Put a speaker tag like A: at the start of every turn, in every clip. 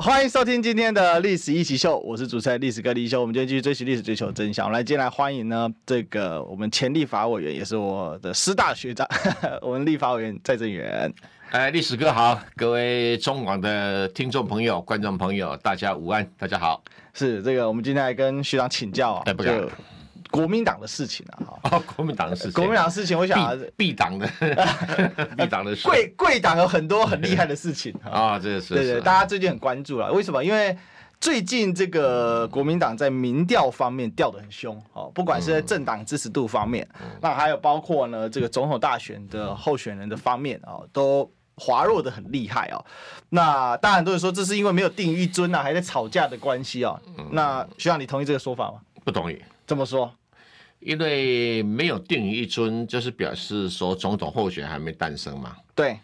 A: 欢迎收听今天的历史一起秀，我是主持人历史哥李修。我们今天继续追寻历史，追求真相。我们来接下来欢迎呢，这个我们前立法委员，也是我的师大学长， 我们立法委员蔡正元。
B: 哎，历史哥好，各位中广的听众朋友、观众朋友，大家午安，大家好。
A: 是这个，我们今天来跟学长请教啊，
B: 哎不敢
A: 就国民党的事情啊，哈
B: 哦，国民党的事情，
A: 国民党的事情，我想啊
B: 必必 党的必党的事
A: 贵贵党有很多很厉害的事情啊。
B: 啊，这个是
A: 对对，
B: 是
A: 大家最近很关注了，为什么？因为最近这个
B: 嗯
A: 国民党在民调方面掉得很凶哦，不管是
B: 嗯
A: 在政党支持度方面，那还有包括呢这个总统大选的候选人的方面哦，都。滑落的很厉害哦，那当然都是说这是因为没有定于一尊啊，还在吵架的关系哦。
B: 嗯
A: 那学长，你同意这个说法吗？
B: 不同意，
A: 这么说，
B: 因为没有定于一尊，就是表示说总统候选还没诞生嘛。
A: 对，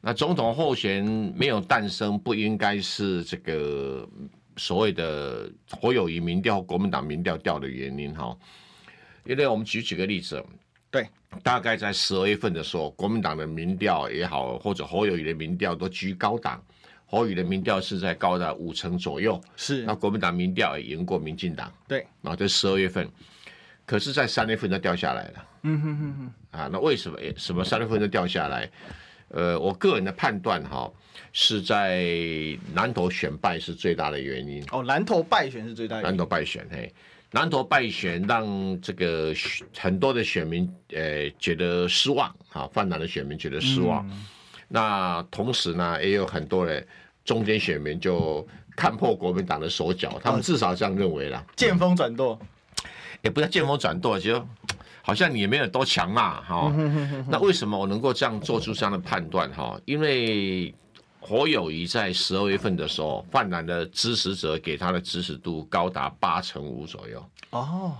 B: 那总统候选没有诞生，不应该是这个所谓的侯友谊民调、国民党民调掉的原因哈。因为我们举几个例子，哦
A: 对，
B: 大概在十二月份的时候，国民党的民调也好，或者侯友谊的民调都居高档，侯友谊的民调是在高达五成左右，
A: 是
B: 那，国民党民调也赢过民进党，
A: 对，
B: 啊，这十二月份，可是，在三月份就掉下来了
A: 嗯哼哼哼，
B: 啊。那为什么？诶什么三月份就掉下来？呃，我个人的判断哈、是在南投选败是最大的原因。
A: 哦，南投败选是最大的原
B: 南
A: 因，
B: 投败选，嘿，南投败选让这个选很多的选民呃觉得失望啊，泛蓝的选民觉得失望。那同时呢，也有很多人中间选民就看破国民党的手脚，他们至少这样认为啦，
A: 见风转舵，
B: 也不要见风转舵，就好像你也没有多强嘛，哈、那为什么我能够这样做出这样的判断哈、因为侯友谊在十二月份的时候，泛蓝的支持者给他的支持度高达八成五左右。
A: 哦，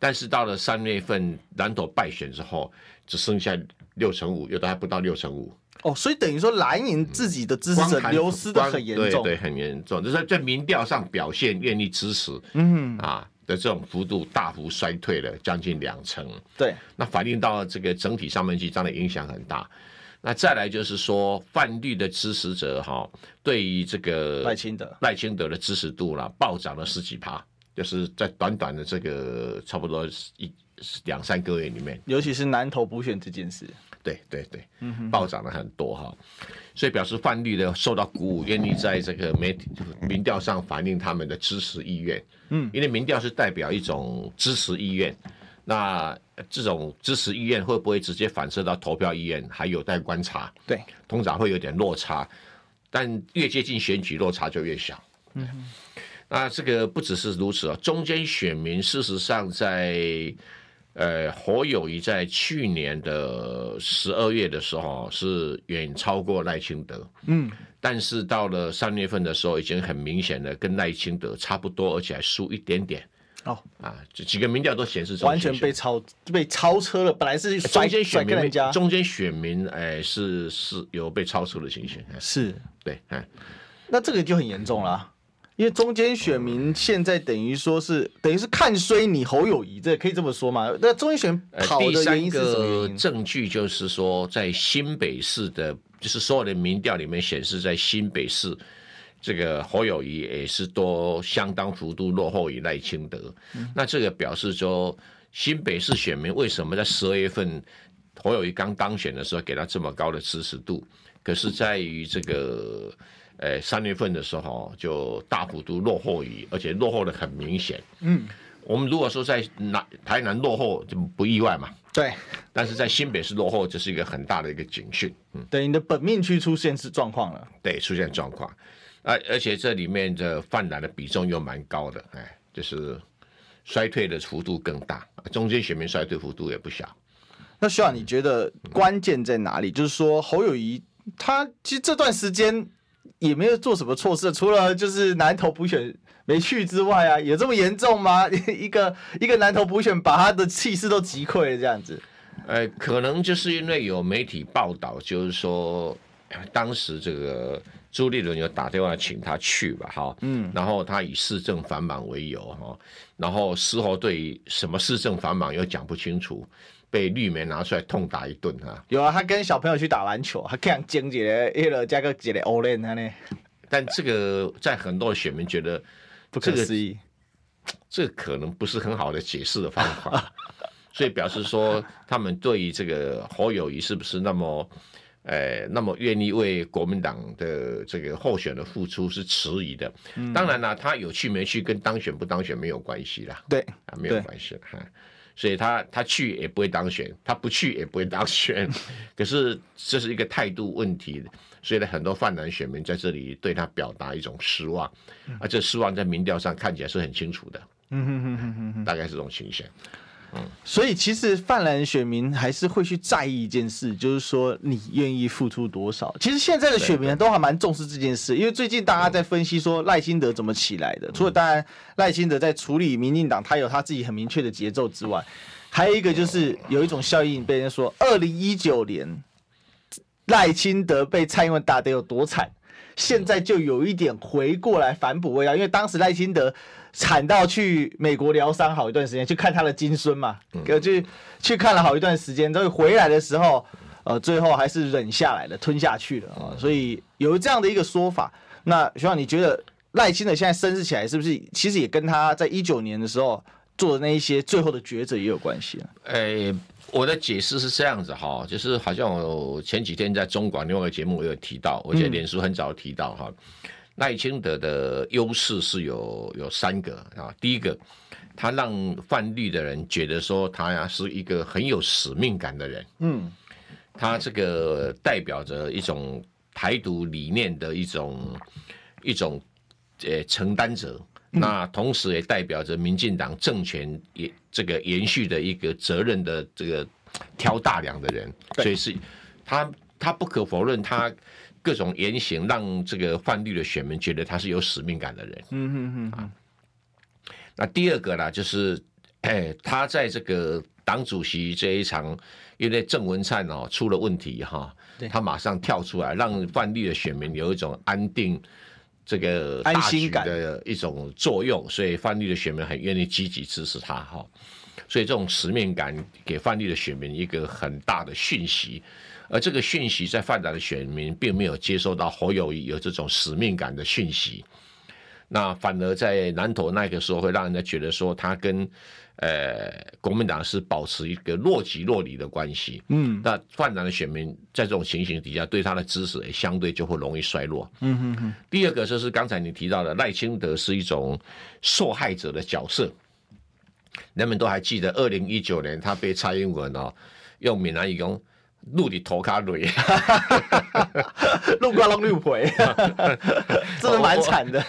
B: 但是到了三月份南投败选之后，只剩下六成五，有的还不到六成五，
A: 哦，所以等于说蓝营自己的支持者
B: 光谈
A: 流失的很严
B: 光
A: 重，
B: 对对，很严重，就是在民调上表现愿意支持，
A: 嗯，
B: 啊的这种幅度大幅衰退了将近两成，
A: 对，
B: 那反映到这个整体上半期，当然影响很大。那再来就是说，泛绿的支持者哈、对于这个
A: 赖清德
B: 赖清德的支持度啦，暴涨了十几趴，就是在短短的这个差不多一两三个月里面，
A: 尤其是南投补选这件事，
B: 对对对，暴涨了很多哈，所以表示泛绿的受到鼓舞，愿意在这个媒体民调上反映他们的支持意愿。嗯，因为民调是代表一种支持意愿，那这种支持意愿会不会直接反射到投票意愿，还有待观察。
A: 对，
B: 通常会有点落差，但越接近选举，落差就越小。那这个不只是如此啊，中间选民事实上在呃侯友谊在去年的十二月的时候哦是远超过赖清德，
A: 嗯，
B: 但是到了三月份的时候，已经很明显的跟赖清德差不多，而且还输一点点
A: 哦，
B: 啊，这几个民调都显示这种
A: 完全
B: 现象
A: 被超被超车了，本来是甩
B: 哎中间
A: 甩跟
B: 选民
A: 人
B: 被
A: 家，
B: 中间选民哎是是有被超出的情形，哎
A: 是，
B: 对，哎。
A: 那这个就很严重啦。因为中间选民现在等于说是等于是看衰你侯友谊，这可以这么说嘛？那中间选民
B: 呃
A: 跑
B: 第
A: 的原
B: 三
A: 因是什么
B: 个
A: 原因？
B: 证据就是说，在新北市的，就是所有的民调里面显示，在新北市，这个侯友谊也是多相当幅度落后于赖清德。
A: 嗯
B: 那这个表示说，新北市选民为什么在十二月份侯友谊刚当选的时候给他这么高的支持度，可是在于这个。呃，三月份的时候哦就大幅度落后于，而且落后的很明显。
A: 嗯，
B: 我们如果说在南台南落后，就不意外嘛。
A: 对，
B: 但是在新北市落后，这是一个很大的一个警讯，
A: 等于你的本命区出现是状况了。
B: 对，出现状况，而而且这里面的泛蓝的比重又蛮高的，哎，就是衰退的幅度更大，中间选民衰退幅度也不小。
A: 那徐朗，你觉得关键在哪里？就是说侯友谊他其实这段时间也没有做什么错事，除了就是南投补选没去之外啊，有这么严重吗？ 一个一个南投补选把他的气势
B: 哎
A: 都击溃了，这样子。
B: 呃，可能就是因为有媒体报道，就是说当时这个朱立伦有打电话请他去吧，哈，嗯，然后他以市政繁忙为由，哈，然后事后对于什么市政繁忙又讲不清楚，被绿媒拿出来痛打一顿啊。
A: 有啊，他跟小朋友去打篮球，他看经一个一个加个一个 o l 他呢，
B: 但这个在很多选民觉得
A: 不可思议。
B: 这可能不是很好的解释的方法，所以表示说他们对于这个侯友谊是不是那么，呃，那么愿意为国民党的这个候选的付出是迟疑的。当然啦，他有去没去跟当选不当选没有关系啦，
A: 对，
B: 啊，没有
A: 对
B: 关系啦哈。所以他他去也不会当选，他不去也不会当选。 可是这是一个态度问题，所以呢，很多泛蓝选民在这里对他表达一种失望，而这失望在民调上看起来是很清楚的。
A: 嗯哼哼哼哼。
B: 大概是这种倾向。
A: 所以其实泛蓝选民还是会去在意一件事，就是说你愿意付出多少。其实现在的选民都还蛮重视这件事，因为最近大家在分析说赖清德怎么起来的。除了当然赖清德在处理民进党，他有他自己很明确的节奏之外，还有一个就是有一种效应被人说，二零一九年赖清德被蔡英文打得有多惨。现在就有一点回过来反哺味道，因为当时赖清德惨到去美国疗伤好一段时间，去看他的金孙嘛，呃去去看了好一段时间，终于回来的时候，呃，最后还是忍下来了，吞下去了啊、所以有这样的一个说法。那学长，你觉得赖清德现在升势起来，是不是其实也跟他在一九年的时候做的那一些最后的抉择也有关系啊？
B: 诶、我的解释是这样子哈，就是好像我前几天在中广另外一个节目我有提到，我觉得脸书很早提到哈，赖、清德的优势是有有三个啊，第一个，他让泛绿的人觉得说他呀是一个很有使命感的人，
A: 嗯，
B: 他这个代表着一种台独理念的一种一种呃承担者，那同时也代表着民进党政权也这个延续的一个责任的这个挑大梁的人，
A: 对
B: 所以是他他不可否认他各种言行让这个泛绿的选民觉得他是有使命感的人。
A: 嗯哼 哼，
B: 那第二个呢，就是哎，他在这个党主席这一场，因为郑文灿哦出了问题哈、
A: 对
B: 他马上跳出来，让泛绿的选民有一种安定。这个
A: 安心
B: 大
A: 感
B: 局的一种作用，所以泛绿的选民很愿意积极支持他哈、所以这种使命感给泛绿的选民一个很大的讯息，而这个讯息在泛蓝的选民并没有接收到侯友谊有这种使命感的讯息，那反而在南投那个时候会让人家觉得说他跟呃国民党是保持一个若即若离的关系，
A: 嗯
B: 那泛蓝的选民在这种情形底下对他的支持也相对就会容易衰落。
A: 嗯哼哼，
B: 第二个就是刚才你提到的赖清德是一种受害者的角色，人们都还记得二零一九年他被蔡英文哦用闽南语讲“怒你头卡蕊
A: 路瓜龙路回， 真的蛮惨 的，”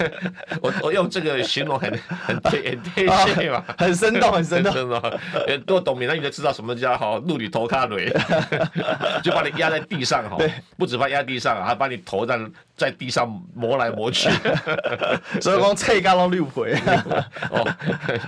B: 我，我我用这个形容很很贴很贴切嘛。
A: 很生动，很生
B: 真的
A: 动。
B: 吗？呃，都懂闽南语的知道什么叫好怒你头卡 蕊，就把你压在地上哈，不止把你压地上，还把你头在在地上磨来磨 去。
A: 所以讲菜干拢六回，
B: 哦，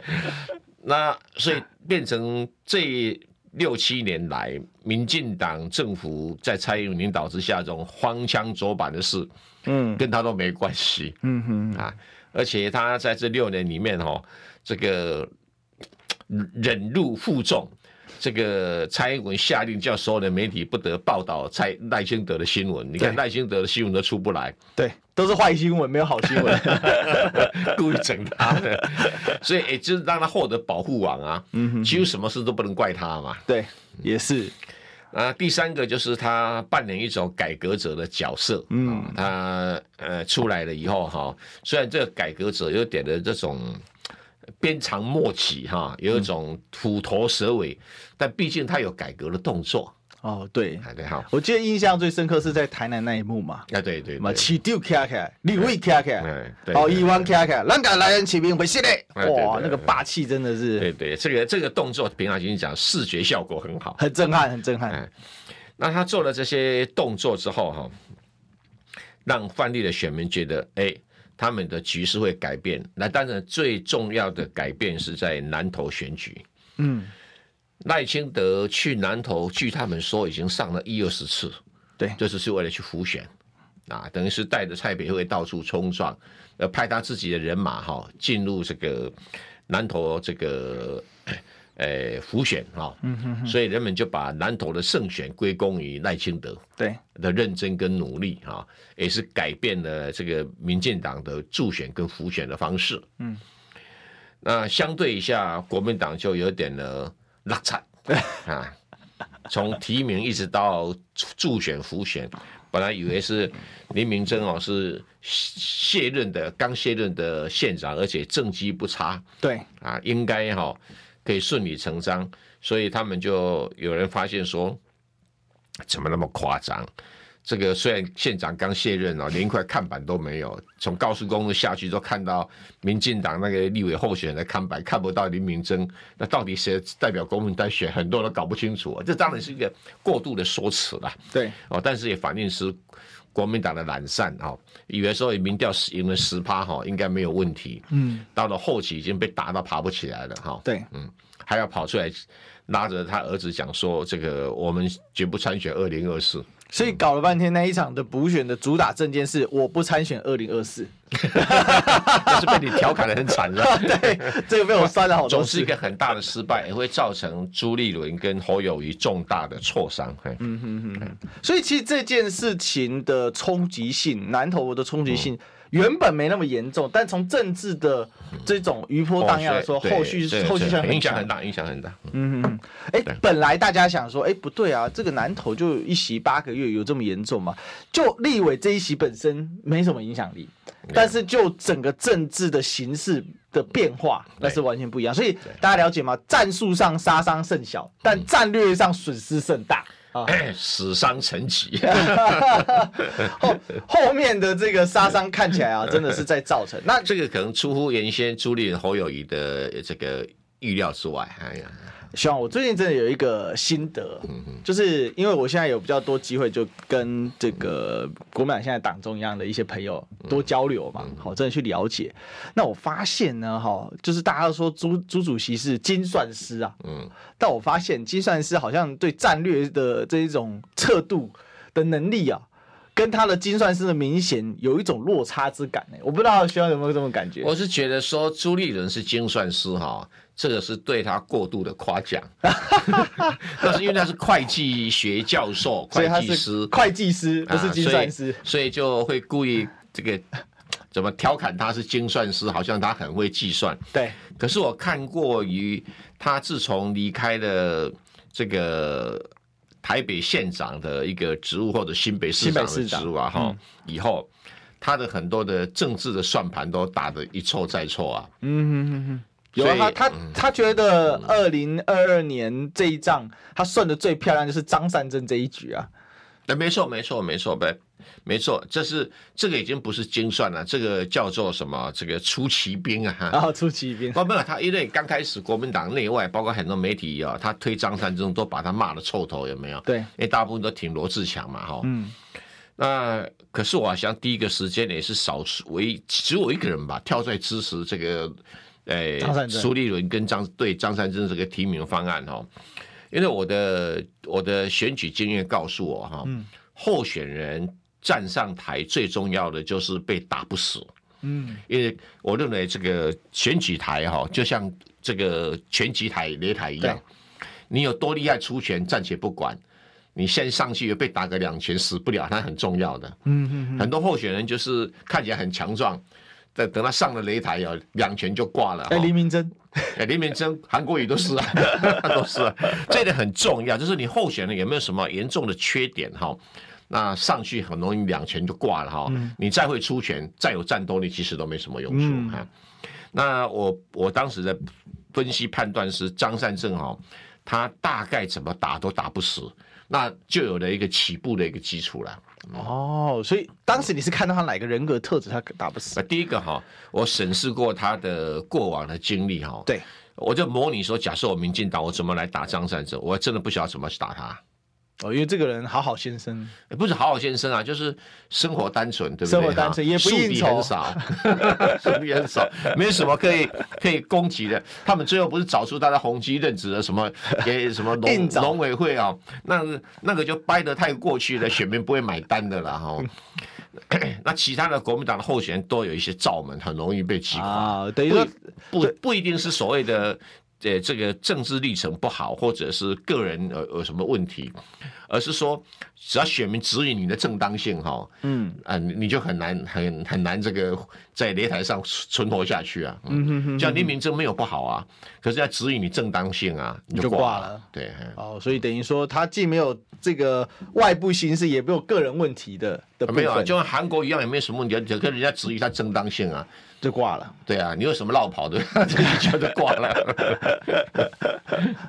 B: 那所以变成这六七年来，民进党政府在蔡英文领导之下，这种荒腔走板的事，
A: 嗯
B: 跟他都没关系
A: 嗯哼，
B: 啊。而且他在这六年里面，哦，这个嗯忍辱负重。这个蔡英文下令叫所有的媒体不得报道蔡赖清德的新闻，你看
A: 对
B: 赖清德的新闻都出不来，
A: 对，都是坏新闻，没有好新闻。
B: 故意整他的，所以也就是让他获得保护网啊。嗯，几乎什么事都不能怪他嘛。
A: 对，也是，
B: 啊，第三个就是他扮演一种改革者的角色。嗯，他呃出来了以后哈，虽然这个改革者有点的这种。鞭长莫及哈，有一种虎头蛇尾，但毕竟他有改革的动作，
A: 哦，对，
B: 哎对哈，
A: 我记得印象最深刻是在台南那一幕嘛，
B: 啊对对
A: 嘛
B: 对，
A: 起丢卡起来，立委卡起来，
B: 哎对，
A: 哦，
B: 对
A: 一湾卡起来，咱敢来人起兵回去嘞！
B: 哎对对
A: 哇，
B: 对
A: 那个霸气真的是
B: 对对，这个这个动作，平常心讲，视觉效果很好。
A: 很震撼，很震撼。
B: 哎那他做了这些动作之后，哈，让范例的选民觉得，哎，他们的局势会改变。那当然，最重要的改变是在南投选举。
A: 嗯，
B: 赖清德去南投，据他们说已经上了一二十次，
A: 对
B: 这只是为了去浮选啊，等于是带着蔡培慧到处冲撞，呃，派他自己的人马哈、进入这个南投这个呃浮选哈、嗯哼所以人们就把南投的胜选归功于赖清德
A: 对，
B: 的认真跟努力啊，也是改变了这个民进党的助选跟辅选的方式。
A: 嗯，
B: 那相对一下，国民党就有点呢拉惨啊，从提名一直到助选、辅选，本来以为是林明珍哦是卸任的刚卸任的县长，而且政绩不差
A: 对，
B: 啊，应该哈、可以顺理成章，所以他们就有人发现说，怎么那么夸张？这个虽然县长刚卸任哦，连一块看板都没有，从高速公路下去都看到民进党那个立委候选人的看板，看不到林明珍，那到底谁代表国民党选？很多人都搞不清楚、啊这当然是一个过度的说辞了
A: 对，
B: 哦，但是也反映是国民党的懒散哦，以为说民调赢了十趴哈，应该没有问题，
A: 嗯，
B: 到了后期已经被打到爬不起来了哈、
A: 对，
B: 还要跑出来拉着他儿子讲说，这个我们绝不参选二零二 四。
A: 所以搞了半天那一场的补选的主打证件是我不参选二零二四，
B: 但是被你调侃的很惨了。
A: 对，这个被我删了好多
B: 总是一
A: 次。
B: 个很大的失败，也会造成朱立伦跟侯友谊重大的挫伤。嘿
A: 嗯所以其实这件事情的冲击性，南投的冲击
B: 嗯
A: 性。原本没那么严重，但从政治的这种余波荡漾来啊说，
B: 哦所以
A: 后续
B: 对
A: 后续
B: 对
A: 效应
B: 影响
A: 强
B: 很大，影响很大。嗯
A: 嗯，嗯哎、
B: 对
A: 本来大家想说，哎、不对啊，这个南投就一席八个月，有这么严重吗？就立委这一席本身没什么影响力，但是就整个政治的形势的变化，那是完全不一样。所以大家了解吗？战术上杀伤甚小，
B: 嗯
A: 但战略上损失甚大。啊，
B: 死伤成疾，
A: 后后面的这个杀伤看起来啊，真的是在造成。那
B: 这个可能出乎原先朱立伦、侯友谊的这个预料之外。哎呀，
A: 希望我最近真的有一个心得，就是因为我现在有比较多机会，就跟这个国民党现在党中央的一些朋友多交流嘛，好，真的去了解。那我发现呢，哈，就是大家都说朱朱主席是精算师啊，
B: 嗯，
A: 但我发现精算师好像对战略的这一种测度的能力啊，跟他的精算师的明显有一种落差之感呢、欸我不知道希望有没有这种感觉？
B: 我是觉得说朱立伦是精算师哈，这个是对他过度的夸奖。 那是因为他是会计学教授、
A: 所以
B: 会
A: 他
B: 计
A: 是
B: 师，
A: 会计师，不是精算师。
B: 啊所以，所以就会故意这个怎么调侃他是精算师，好像他很会计算。
A: 对，
B: 可是我看过于他自从离开了这个台北县长的一个职务，或者新北市
A: 新
B: 长
A: 北
B: 的
A: 市长嗯
B: 职务啊，哈，以后他的很多的政治的算盘都打得一错再错啊。
A: 嗯嗯嗯，有
B: 所
A: 啊，
B: 以
A: 他他他觉得二零二二年这一仗他算的最漂亮就是张善政这一局啊，
B: 那哎没错，没错，没错，没没错，这是这个已经不是精算了，这个叫做什么？这个出奇兵啊！哈
A: 然后出奇兵，
B: 哦，没有，他因为刚开始国民党内外，包括很多媒体啊、他推张善政都把他骂的臭头，有没有？
A: 对，
B: 因为大部分都挺罗志强嘛，哈。
A: 嗯，
B: 那可是我好像第一个时间也是少数，唯一只有我一个人吧，跳出来支持这个，
A: 张
B: 呃，
A: 善政
B: 苏立伦跟张对张善政这个提名方案哈，因为我的我的选举经验告诉我哈，
A: 嗯
B: 候选人站上台最重要的就是被打不死，
A: 嗯，
B: 因为我认为这个选举台哈、就像这个拳击台、擂台一样
A: 对，
B: 你有多厉害出拳暂且不管，你先上去被打个两拳死不了，那很重要的。
A: 嗯嗯
B: 很多候选人就是看起来很强壮，但等他上了擂台哦，两拳就挂了、
A: 哎，
B: 哦
A: 黎明真，
B: 哎，林明珍、韩国瑜都是啊， 都是啊，这一点很重要，就是你候选人有没有什么严重的缺点哈？那上去很容易两拳就挂了哈，你再会出拳，再有战斗力，其实都没什么用
A: 嗯
B: 处哈。那我我当时的分析判断是张善政哈，他大概怎么打都打不死，那就有了一个起步的一个基础了。
A: 哦，所以当时你是看到他哪个人格特质他打不死
B: 那，第一个哈，我审视过他的过往的经历哈，
A: 对，
B: 我就模拟说，假设我民进党，我怎么来打张善政？我真的不晓得怎么去打他。
A: 哦，因为这个人好好先生，
B: 也不是好好先生啊，就是生活单纯，对不对？
A: 生活单纯
B: 哈
A: 也不
B: 树
A: 应
B: 敌
A: 酬
B: 很少， 树敌很少，没什么可以可以攻击的。他们最后不是找出他的红基任职的什么也什么农
A: 硬找
B: 农委会啊，那那个就掰得太过去了，选民不会买单的啦哈。 那其他的国民党的候选人都有一些罩门，很容易被击垮。
A: 啊，等于
B: 不
A: 说
B: 一不不一定是所谓的呃这个政治历程不好，或者是个人呃有什么问题，而是说只要选民指引你的正当性哈，
A: 嗯
B: 啊、你你就很难很很难这个在擂台上存活下去啊。嗯，
A: 嗯哼哼，
B: 像林明正没有不好啊，可是要指引你正当性啊，你
A: 就
B: 就
A: 挂
B: 挂
A: 了。
B: 对，嗯
A: 哦，所以等于说他既没有这个外部形式，也没有个人问题的的部
B: 没有啊，
A: 分，
B: 就像韩国一样，也没有什么问题，只跟人家质疑他正当性啊。
A: 就挂了。
B: 对啊，你有什么绕跑的， 这个就就挂了。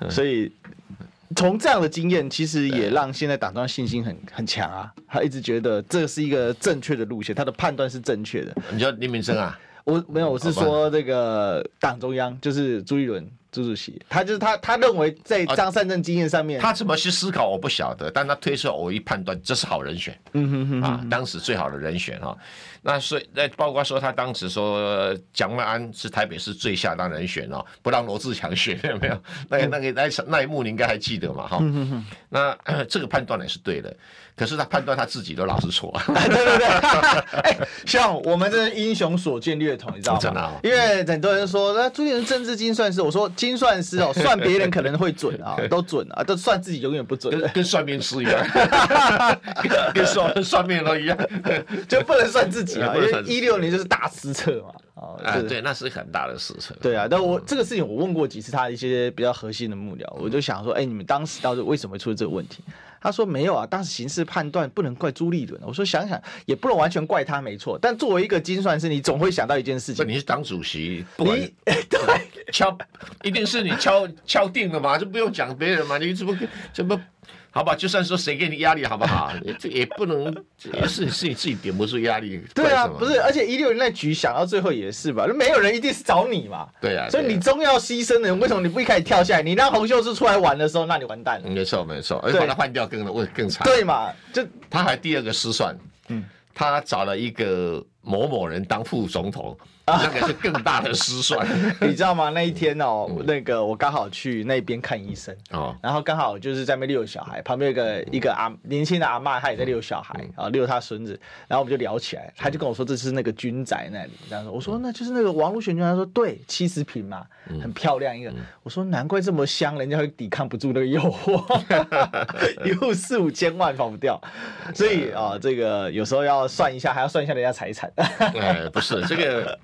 A: 所以从这样的经验，其实也让现在党中央信心很很强啊。他一直觉得这是一个正确的路线，他的判断是正确的。
B: 你说林明正啊？
A: 我没有，我是
B: 好吧
A: 说这个党中央就是朱一伦朱主席，他就是他他认为在张善政经验上面，
B: 啊他怎么去思考我不晓得，但他推测我一判断这是好人选，嗯哼 哼啊，当时最好的人选哈、那所以那包括说他当时说呃蒋万安是台北市最下当人选哦，不让罗志祥选有没有？那个那个那一场那一幕你应该还记得嘛哈、那、 呃这个判断也是对的，可是他判断他自己都老是错，
A: 对对对，哎，像我们这是英雄所见略同，你知道
B: 真的
A: 吗
B: 啊？
A: 因为很多人说，那朱一伦政治精算师，我说精算师 哦，算别人可能会准啊，都准啊，都算自己永远不准
B: 跟，跟算命师一样，跟跟算算命都一样。
A: 就不能算自己啊，因
B: 不能
A: 为
B: 算自己
A: 一六年就是大失策嘛。哦，
B: 啊，
A: 对
B: 对，那是很大的事情。
A: 对啊，但我这个事情我问过几次他一些比较核心的幕僚，我就想说，哎，你们当时到底为什么会出这个问题？他说没有啊，当时形势判断不能怪朱立伦。啊我说想想也不能完全怪他，没错。但作为一个精算师，你总会想到一件事
B: 不，
A: 情，
B: 你是党主席，不管
A: 你
B: 对敲，一定是你敲敲定了嘛，就不用讲别人嘛，你怎么怎么？好吧，就算说谁给你压力，好不好？这也不能，也是是你自己顶不住压力。
A: 对啊，
B: 怪什么
A: 不是，而且一六年那局想到最后也是吧，那没有人一定是找你嘛。
B: 对啊
A: 所以
B: 对啊
A: 你终要牺牲的，为什么你不一开始跳下来？你让洪秀柱出来玩的时候，那你完蛋了。
B: 没错没错，而
A: 对
B: 且把他换掉更更更惨。
A: 对嘛？就
B: 他还第二个失算，嗯，他找了一个某某人当副 总统，那个是更大的失算
A: 你知道吗？那一天哦，
B: 嗯
A: 那个我刚好去那边看医生，
B: 哦。
A: 然后刚好就是在那边遛小孩，旁边有个一个阿年轻的阿嬷，她也在遛小孩，啊，遛她孙子，然后我们就聊起来，她就跟我说这是那个军宅那里，这样说，我说那就是那个王路选军，她说对，七十平嘛，很漂亮一个，我说难怪这么香，人家会抵抗不住那个诱惑，一户四五千万跑不掉，所以啊，这个有时候要算一下，还要算一下人家财产，
B: 呃，不是这个，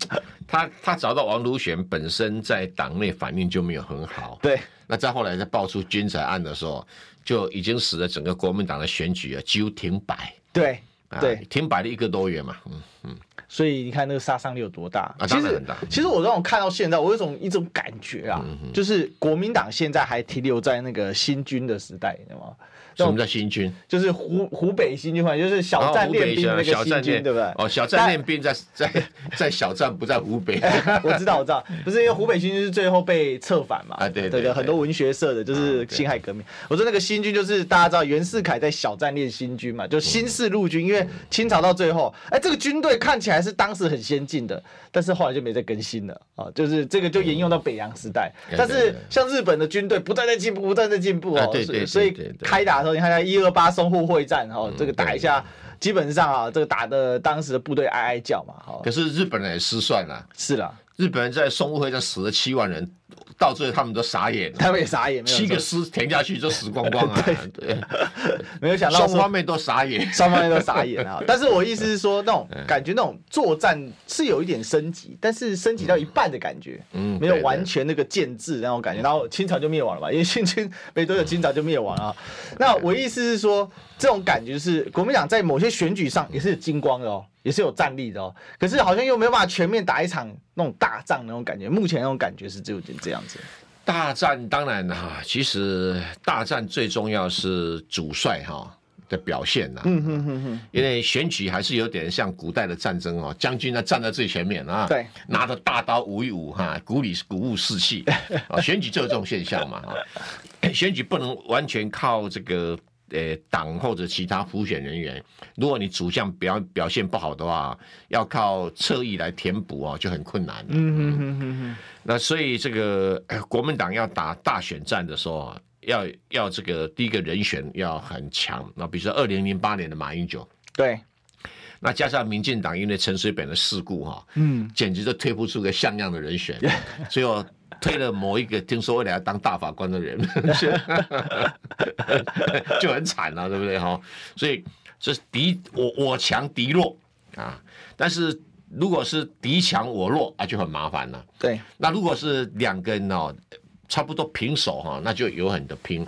B: 他他找到王如玄本身在党内反应就没有很好，
A: 对，
B: 那再后来在爆出军宅案的时候，就已经使得整个国民党的选举啊几乎停摆。
A: 对，
B: 啊
A: 对，
B: 停摆了一个多月嘛，嗯，
A: 所以你看那个杀伤力有多大？
B: 啊
A: 其
B: 当然
A: 实
B: 很大嗯
A: 其实我让我看到现在，我有一种一种感觉啊，就是国民党现在还停留在那个新军的时代，你知道吗？
B: 什么叫新军？
A: 就是湖湖北新军嘛，就是小
B: 哦
A: 站
B: 湖
A: 练
B: 北
A: 兵的那
B: 小
A: 个
B: 站
A: 新军，
B: 练
A: 对不对？
B: 哦，小站练兵在 在在小站，不在湖北。
A: 我知道，我知道，不是因为湖北新军是最后被策反嘛？
B: 啊
A: 对
B: 对对
A: 对，
B: 对啊
A: 很多文学社的，就是辛亥革命。我说那个新军就是大家知道袁世凯在小站练新军嘛，
B: 嗯
A: 就新式陆军，因为清朝到最后，哎，这个军队看起来是当时很先进的，但是后来就没再更新了啊，就是这个就沿用到北洋时代。
B: 对
A: 但
B: 嗯对
A: 是
B: 对
A: 像日本的军队不断在进步，不断在进步
B: 啊
A: 哦，
B: 对
A: 所
B: 对
A: 以
B: 对
A: 所以
B: 对对嗯
A: 开打的时候，你看看一二八淞沪会战哦，这个打一下。基本上啊，这个打的当时的部队哀哀叫嘛，哈、
B: 可是日本人也失算了，
A: 是啦，
B: 日本人在淞沪会战死了七万人，到最后他们都傻眼了，
A: 他们也傻眼，没有
B: 七
A: 错
B: 个师填下去就死光 光啊！对，
A: 没有想到
B: 双
A: 说
B: 方面都傻眼。
A: 双方面都傻眼啊！但是我意思是说，那种
B: 嗯
A: 感觉，那种作战是有一点升级，但是升级到一半的感觉，
B: 嗯
A: 没有
B: 对嗯
A: 完全那个建制那种感觉。然后清朝就灭亡了嘛，因为清军没多久清朝就灭亡了啊。那我意思是说，这种感觉就是国民党在某些选举上也是有金光的哦，也是有战力的哦，可是好像又没有办法全面打一场那种大仗那种感觉。目前那种感觉是只有点这样子。
B: 大战当然哈、其实大战最重要是主帅哈、的表现呐、
A: 嗯哼哼哼，
B: 因为选举还是有点像古代的战争哦，将军呢站在最前面啊，
A: 对，
B: 拿着大刀舞一舞哈、鼓里鼓舞 士哦 气啊，选举就有这种现象嘛哈、选举不能完全靠这个呃党或者其他辅选人员，如果你主项表表现不好的话，要靠侧翼来填补啊，就很困难了。
A: 嗯哼哼哼哼，
B: 那所以这个 呃国民党要打大选战的时候啊，要要这个第一个人选要很强。那比如说二零零八年的马英九，
A: 对，
B: 那加上民进党因为陈水扁的事故哈、
A: 嗯，
B: 简直都推不出个像样的人选，所以我推了某一个听说未来要当大法官的人，就很惨了、对不对哈？所以这是敌我我强敌弱啊，但是如果是敌强我弱啊，就很麻烦了、
A: 对，
B: 那如果是两个人哦，差不多平手哈、那就有很多拼。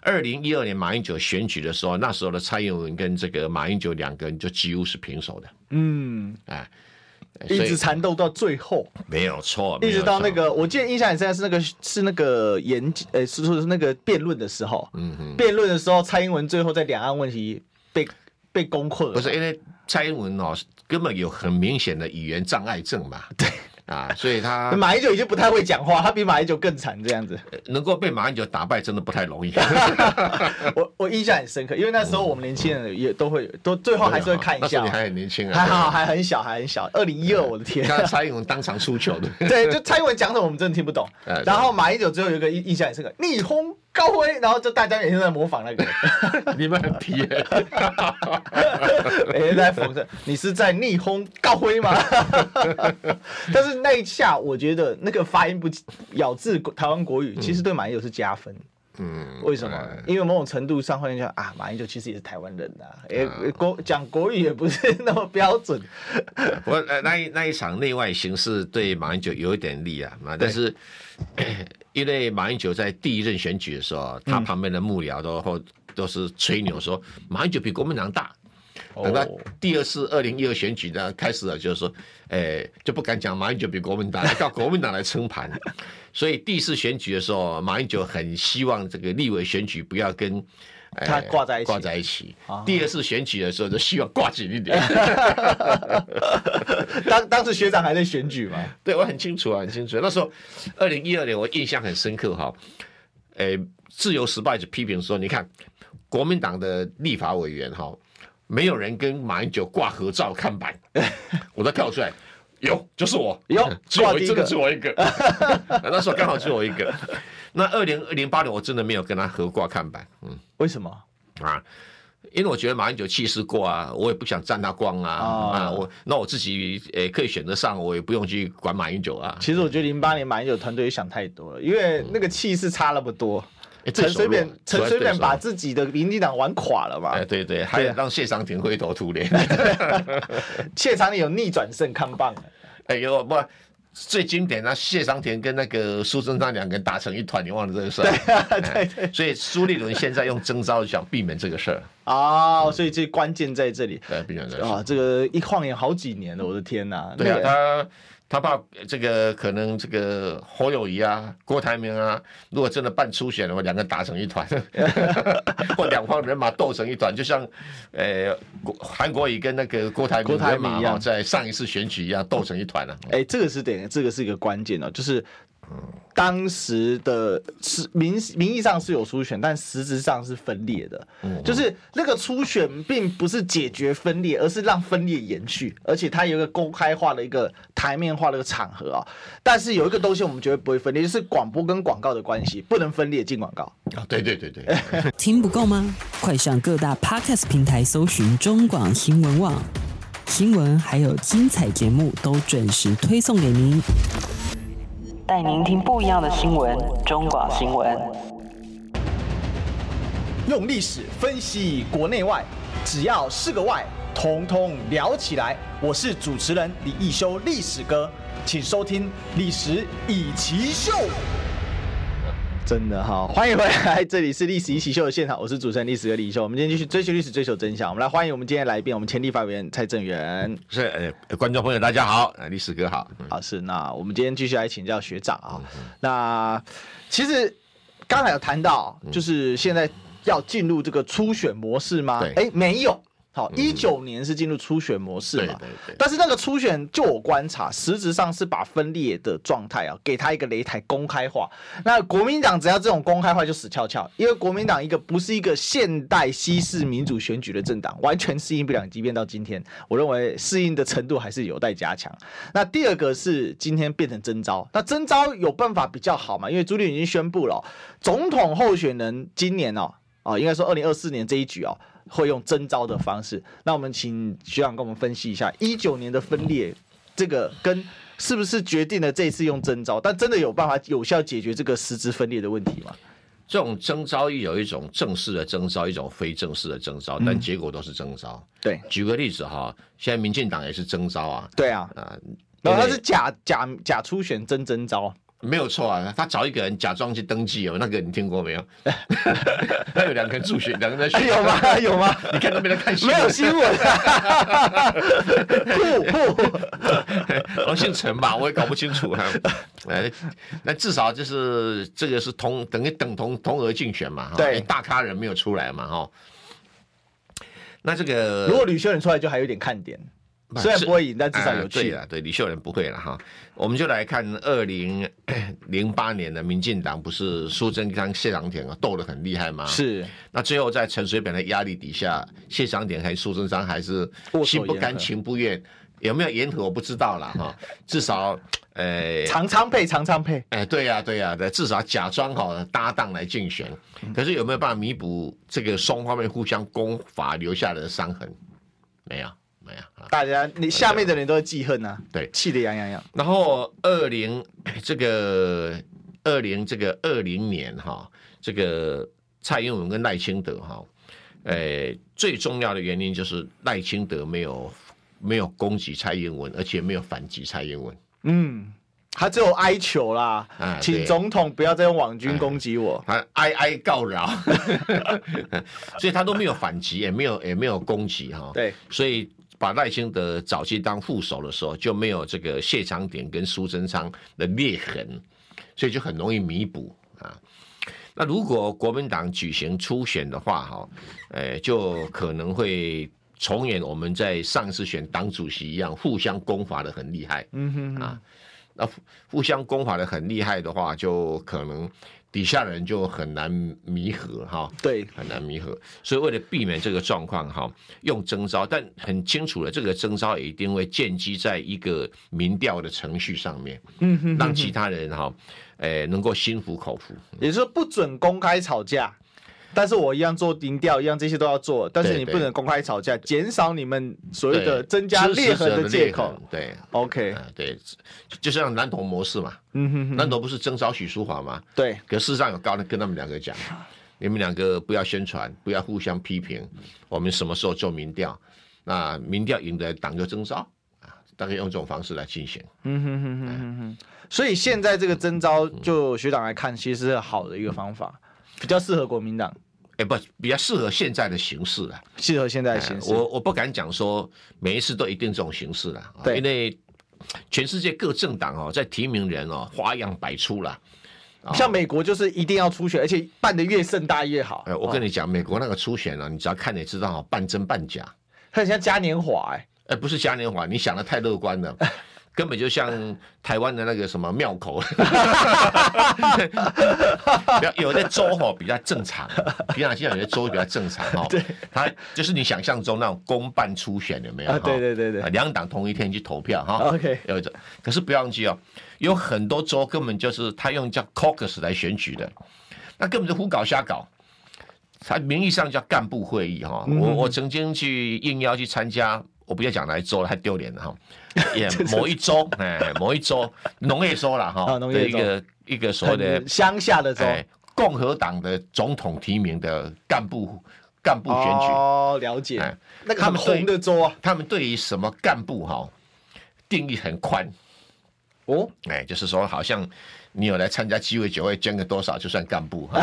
B: 二零一二年马英九选举的时候，那时候的蔡英文跟这个马英九两个人就几乎是平手的，
A: 嗯，
B: 哎，所
A: 一
B: 以
A: 直缠斗到最后，
B: 没有错，
A: 一直到那
B: 没有错
A: 个，我记得印象很深是那个是那个演，呃，是说是那个辩论的时候，
B: 嗯哼，
A: 辩论的时候，蔡英文最后在两岸问题被被攻克了，
B: 不是因为蔡英文哦，根本有很明显的语言障碍症嘛，对啊，所以他
A: 马英九已经不太会讲话，他比马英九更惨这样子。
B: 能够被马英九打败，真的不太容易。呃
A: 我我印象很深刻，因为那时候我们年轻人也都会都最后 还是会看一
B: 那时
A: 下
B: 候你，还很年轻啊，
A: 还好还很小还很小，二零一二我的
B: 你
A: 天，
B: 看蔡英文当场出糗的，
A: 对，就蔡英文讲什么我们真的听不懂
B: 哎。对
A: 然后马英九最后有一个印印象很深刻，逆风高飞，然后就大家每天都在模仿那个，
B: 你们很皮耶。
A: 每天都哎在讽刺你是在逆风高飞吗？ 但是那一下我觉得那个发音不咬字台湾国语其实对马英九是加分。
B: 嗯，
A: 为什么？因为某种程度上会讲啊，马英九其实也是台湾人呐、啊，也、国讲国语也不是那么标准。
B: 不过呃那一那一场内外形势对马英九有一点力啊，嘛，但是 因为马英九在第一任选举的时候，
A: 嗯
B: 他旁边的幕僚都后都是吹牛说马英九比国民党大。
A: 哦
B: 等到第二次二零一二选举呢开始了，就是说，诶、就不敢讲马英九比国 民党，到国民党来撑盘。所以第一次选举的时候，马英九很希望这个立委选举不要跟、呃
A: 他挂在一起
B: 挂在一起
A: 啊。
B: 第二次选举的时候，就希望挂紧一点。
A: 当当时学长还在选举嘛，
B: 对我很清楚啊，很清楚。那时候，二零一二年我印象很深刻哈，诶，《自由时报》就批评说，你看国民党的立法委员哈，没有人跟马英九挂合照看板， 我都跳出来。有，就是我
A: 有
B: 只有
A: 挂
B: 我
A: 第一
B: 真的
A: 个
B: 只有我一 个。那时候刚好只有我一个。那二零零八年我真的没有跟他合挂看板，嗯
A: 为什么？
B: 啊，因为我觉得马英九气势过啊，我也不想沾他光啊、
A: 哦
B: 啊，我那我自己诶可以选择上，我也不用去管马英九啊。
A: 其实我觉得零八年马英九团队也想太多了，因为那个气势差那么多。
B: 诶
A: 陈水扁，陈水扁把。
B: 嗯
A: 啊
B: 这手
A: 自
B: 弱
A: 己的民进党玩垮了嘛
B: 哎，？对对，还有让谢长廷灰头土脸。
A: 谢长廷有逆转胜康棒了，
B: 哎呦，不，最经典的谢长廷跟那个苏贞昌两个人打成一团，你忘了这个事儿？
A: 啊
B: 对对。所以苏立伦现在用征召想避免这个事儿，呃
A: 哦，所以这关键在这里
B: 对，避免这个事
A: 啊！
B: 儿。
A: 这个一晃眼好几年了，我的天呐！
B: 对啊
A: 那，个
B: 他他怕这个可能这个侯友谊啊、郭台铭啊，如果真的办初选的话，两个打成一 团，或两方人马斗成一团，就像呃国韩国瑜跟那个郭台铭
A: 郭台
B: 人马
A: 铭一
B: 哈
A: 样
B: 在上一次选举一样斗成一团了、啊
A: 哎、这个是点，这个是一个关键哦，就是当时的是名名义上是有初选，但实质上是分裂的，就是那个初选并不是解决分裂，而是让分裂延续，而且它有一个公开化的一个台面化的一个场合啊、但是有一个东西我们绝对不会分裂，就是广播跟广告的关系不能分裂进广告。
B: 啊，对对对对。
C: 听不够吗？快上各大 podcast 平台搜寻中广新闻网，新闻还有精彩节目都准时推送给您，带您听不一样的新闻。中广新闻。
A: 用历史分析国内外，只要是个“外”，统统聊起来。我是主持人李一修，历史哥，请收听《历史以奇秀》。真的哈， 欢迎回来，这里是《历史一起秀》的现场，我是主持人历史哥李一修。我们今天继续追求历史，追求真相。我们来欢迎我们今天的来宾，我们前立法委员蔡正元。
B: 是呃，观众朋友大家好，呃历史哥好。嗯
A: 好，啊是那我们今天继续来请教学长啊。那其实
B: 嗯
A: 刚才有谈到，就是现在要进入这个初选模式吗？
B: 对嗯
A: 哎，没有，好，一九年是进入初选模式嘛，
B: 对对对
A: 但是那个初选，就我观察，实质上是把分裂的状态啊，给他一个擂台公开化。那国民党只要这种公开化就死翘翘，因为国民党一个不是一个现代西式民主选举的政党，完全适应不了。即便到今天，我认为适应的程度还是有待加强。那第二个是今天变成征召，那征召有办法比较好嘛？因为朱立伦已经宣布了哦、总统候选人今年哦，哦，应该说二零二四年这一局哦，会用征召的方式。那我们请学长跟我们分析一下一九年的分裂，这个跟是不是决定了这一次用征召？但真的有办法有效解决这个实质分裂的问题吗？
B: 这种征招有一种正式的征招，一种非正式的征招，但结果都是征招。
A: 对，
B: 举个例子哈，现在民进党也是征招啊，
A: 对啊，
B: 啊、
A: 然后
B: 因
A: 他
B: 为
A: 是假假假初选真征召，
B: 没有错啊，他找一个人假装去登记哦，那个你听过 没有？他有两个人助选，两个人在
A: 哎
B: 选，
A: 有？吗？ 有吗？
B: 你看都没人看新
A: 没
B: 闻
A: 有 新闻、啊， 酷酷，
B: 我哦姓陈吧，我也搞不清 楚啊。哎，那至少就是这个是同等于等同同额竞选嘛，哈
A: 对
B: 哎大咖人没有出来嘛，哈。那这
A: 如
B: 个
A: 果吕秀仁出来就还有点看 点，虽然不会赢，但至少有
B: 啊对
A: 趣。
B: 了，对李秀仁不会了哈。我们就来看二零零八年的民进党，不是苏贞昌、谢长廷啊斗得很厉害吗？。
A: 是
B: 那最后在陈水扁的压力底下，谢长廷还苏贞昌还是
A: 握手
B: 心不
A: 言
B: 甘
A: 和
B: 情不愿，有没有言和我不知道了哈。至少，呃，
A: 常常配，常常配，
B: 哎，对呀、对呀、对，至少假装好了搭档来竞选，
A: 嗯
B: 可是有没有办法弥补这个双方面互相攻伐留下来的伤痕？没有，没有啊。
A: 大家你下面的人都在记恨啊，
B: 对
A: 气得痒痒痒。
B: 然后二零 这个二零这个二零年哈，这个蔡英文跟赖清德哈，呃，最重要的原因就是赖清德没有没有攻击蔡英文，而且没有反击蔡英文。
A: 嗯，他只有哀求啦，
B: 啊
A: 请
B: 对
A: 总统不要再用网军攻击我。
B: 他哀哀告饶， 所以他都没有反击，也没有也没有攻击哈。
A: 对，
B: 所以把赖清德早期当副手的时候，就没有这个谢长廷跟苏贞昌的裂痕，所以就很容易弥补啊。那如果国民党举行初选的话，哈，呃，就可能会重演我们在上次选党主席一样，互相攻伐的很厉害。
A: 嗯哼哼，
B: 啊，那互互相攻伐的很厉害的话，就可能底下人就很难弥合哈，
A: 对，
B: 很难弥合。所以为了避免这个状况哈，用征招，但很清楚的，这个征招也一定会建基在一个民调的程序上面，
A: 嗯哼，
B: 让其他人哈，诶、能够心服口服。
A: 也就是说不准公开吵架，但是我一样做民调，一样这些都要做，但是
B: 对
A: 你
B: 对
A: 不能公开吵架，减少你们所谓的
B: 对
A: 增加
B: 支持
A: 裂痕
B: 者
A: 的
B: 的
A: 借
B: 裂
A: 口
B: 痕。对，
A: OK，
B: 啊、对，就就像南投模式嘛，
A: 嗯哼哼，
B: 南投不是征召许淑华吗？
A: 对，
B: 可事实上有高人跟他们两个讲，你们两个不要宣传，不要互相批评，我们什么时候做民调？那民调赢的党就征召啊，大概用这种方式来进行。
A: 嗯哼哼哼哼哼。所以现在这个征招，就学长来看，其实是好的一个方法，比较适合国民党，
B: 哎，不，比较适合现在的形势啊。
A: 适合现在的形势。
B: 我我不敢讲说每一次都一定这种形式了，啊
A: 对
B: 因为全世界各政党哦，在提名人哦花样百出了。啊
A: 像美国就是一定要初选，而且办的越盛大越好。
B: 哎，我跟你讲，美国那个初选啊，你只要看你知道哦半真半假。
A: 它很像嘉年华、哎，
B: 哎，不是嘉年华，你想的太乐观了，根本就像台湾的那个什么庙口。 有有的州哈比较正常，比较现在有的州比较正常 哈。对，它就是你想象中那种公办初选有没有？
A: 啊
B: 哈
A: 对对对对啊
B: 啊两党同一天去投票哈。
A: OK
B: 有的，可是不要忘记哦，有很多州根本就是他用叫 caucus 来选举的，那根本就胡搞瞎搞。他名义上叫干部会议哈，
A: 嗯
B: 我我曾经去应邀去参加，我不要讲哪一州了，太丢脸了哈， 也某一州，哎，某一州农业州了
A: 啊
B: 哈，
A: 农
B: 的
A: 业
B: 一
A: 州
B: 个一个所谓的
A: 很乡下的州。
B: 哦哎共和党的总统提名的干部干部选举，
A: 哦，了解。
B: 哎
A: 那个
B: 他
A: 很
B: 们
A: 红
B: 对
A: 的州啊，
B: 他们对于什么干部哈定义很宽，
A: 哦，
B: 哎，就是说好像你有来参加鸡尾酒会，捐个多少就算干部。 哈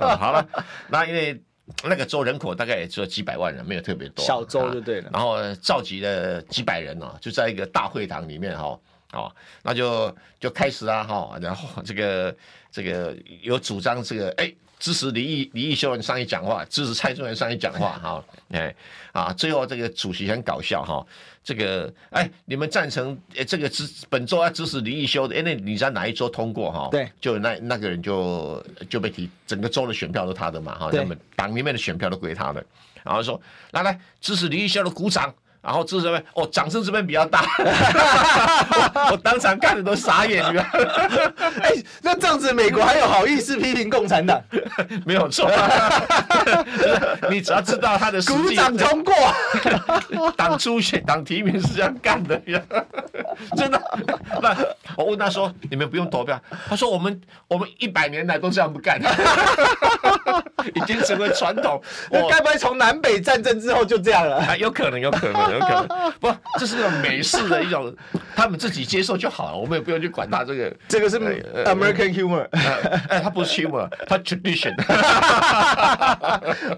B: 哦好了，那因为那个州人口大概也只有几百万人，没有特别多，
A: 小州
B: 啊
A: 就对了
B: 然后召集了几百人哦，就在一个大会堂里面哈、哦，那就就开始啦哈、然后这个这个有主张这个哎支持李毅李毅修文上去讲话，支持蔡中元上去讲话哈、哎啊，最后这个主席很搞笑哈、这个哎你们赞成哎这个支本周要支持李毅修的，哎那你知道哪一周通过哈、
A: 对，
B: 就那那个人就就被提，整个州的选票都他的嘛哈、
A: 对
B: 那么党里面的选票都归他的，然后说来来支持李毅修的鼓掌。然后支持这边，哦，掌声这边比 较大，我我当场看的都傻眼，你知道吗
A: 哎、那这样子，美国还有好意思批评共 产党？
B: 没有错， 就是你只要知道他的实
A: 鼓
B: 际，
A: 掌通过，啊
B: 党初选、党提名是这样干的，你知道吗 真的。那我问他说：“你们不用投票？”他说：“我们我们一百年来都这样不干， 已经成为传 统。我”
A: 那该不会从南北战争之后就这样了？
B: 啊，有可能，有可能，有可能，不，这是一种美式的一种，他们自己接受就好了，我们也不用去管他这个。
A: 这个是
B: 哎
A: American humor
B: 呃哎，他不是 humor，他 tradition。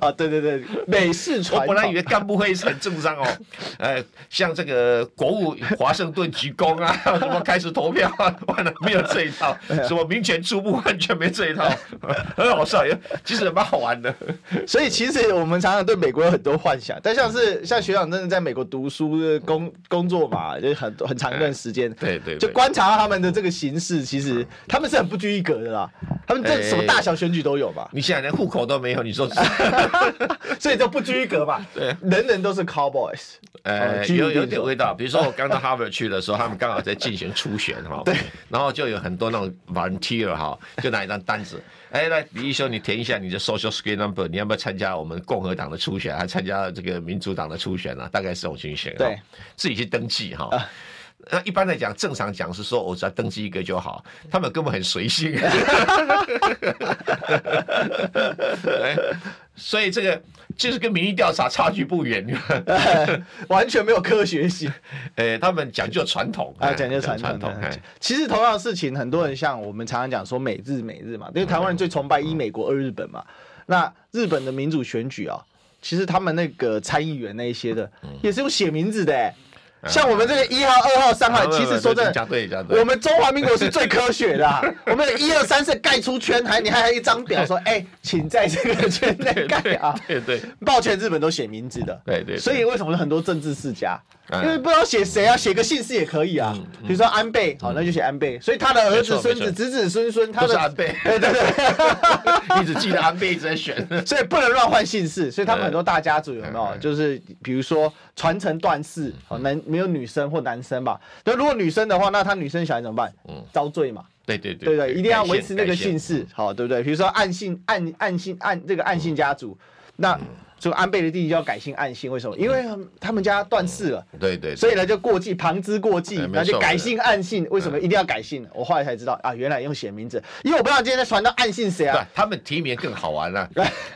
A: 啊，对对对，美式
B: 呃我
A: 传
B: 本来以
A: 统。
B: 为干部会是很正常哦， 呃，像这个国务华盛顿鞠躬啊， 什么开始投票啊， 完了没有这一 套，
A: 啊
B: 什么民权初步完全没这一套， 很好笑，也其实也蛮好玩的。
A: 所以其实我们常常对美国有很多幻想，但像是像学长真的在美国读书、呃工工作嘛，就是很很长一段时间，
B: 哎对对对嗯
A: 就观察到他们的这个形式，其实他们是很不拘一格的啦，他们这什么大小选举都有嘛，
B: 你现在连户口都没有，你说，
A: 所以就不拘一格嘛，
B: 对，
A: 人人都是 cowboys，哦
B: 呃，
A: 居民
B: 有有
A: 地
B: 点
A: 所
B: 味道。比如说我刚到哈佛去的时候，他们刚好在进行初选哈，对，然后就有很多那种 volunteer 哈，就拿一张单子，哎，来李义兄，你填一下你的 social security number，你要不要参加我们共和党的初选，还参加这个民主党的初选啊？大概是这种情形，哈
A: 对，
B: 自己去登记哈。 那一般来讲，正常讲是说，我只要登记一个就好。他们根本很随性， 哎所以这个就是跟民意调查差距不远。 你看
A: 呃完全没有科学性。
B: 呃，他们讲究传统
A: 啊，
B: 哎
A: 讲究传
B: 传
A: 统
B: 统，
A: 的
B: 哎。
A: 其实同样的事情，很多人像我们常常讲说美日美日嘛，因为台湾人最崇拜
B: 嗯
A: 一美国二日本嘛。那日本的民主选举啊，其实他们那个参议员那一些的，
B: 嗯
A: 也是用写名字的、欸。像我们这个一号、二号、三号，
B: 啊
A: 其实说真
B: 对对对讲
A: 的，
B: 对讲对，
A: 我们中华民国是最科学 的啊、我们一二三是盖出圈，还你还还一张表说，哎、请在这个圈内盖啊。
B: 对哎对对
A: 抱歉，日本都写名字的，
B: 对对对
A: 所以为什么很多政治世家，
B: 嗯
A: 因为不知道写谁啊，写个姓氏也可以啊，比如说安倍，好，那就写安倍，所以他的儿子、
B: 嗯没错
A: 孙子、
B: 没错
A: 子子孙孙，他
B: 都是啊
A: 的
B: 安倍，
A: 对对对，
B: 一直记得安倍一直在选，
A: 所以不能乱换姓氏，所以他们
B: 嗯
A: 很多大家族有没有，
B: 嗯
A: 就是比如说传承断嗣，好，男没有女生或男生吧，那如果女生的话，那他女生小孩怎么办？
B: 嗯
A: 遭罪嘛，
B: 对对
A: 对
B: 对
A: 对，一定要维持那个。
B: 改
A: 姓
B: 线嗯
A: 氏，好，对不对？比如说暗姓、暗暗姓、暗这个暗姓家族，
B: 嗯
A: 那就安倍的弟弟就要改姓暗姓，为什么？因为嗯他们家断嗣了。
B: 改线对对，
A: 所
B: 以
A: 以呢，就过继旁支过继，
B: 哎
A: 然
B: 没
A: 后就
B: 错嗯
A: 改姓暗姓。为什么一定要改姓？我后来才知道啊，原来用写名字，因为我不知道今天在传到暗姓谁
B: 对
A: 啊。
B: 他们提名更好 玩了，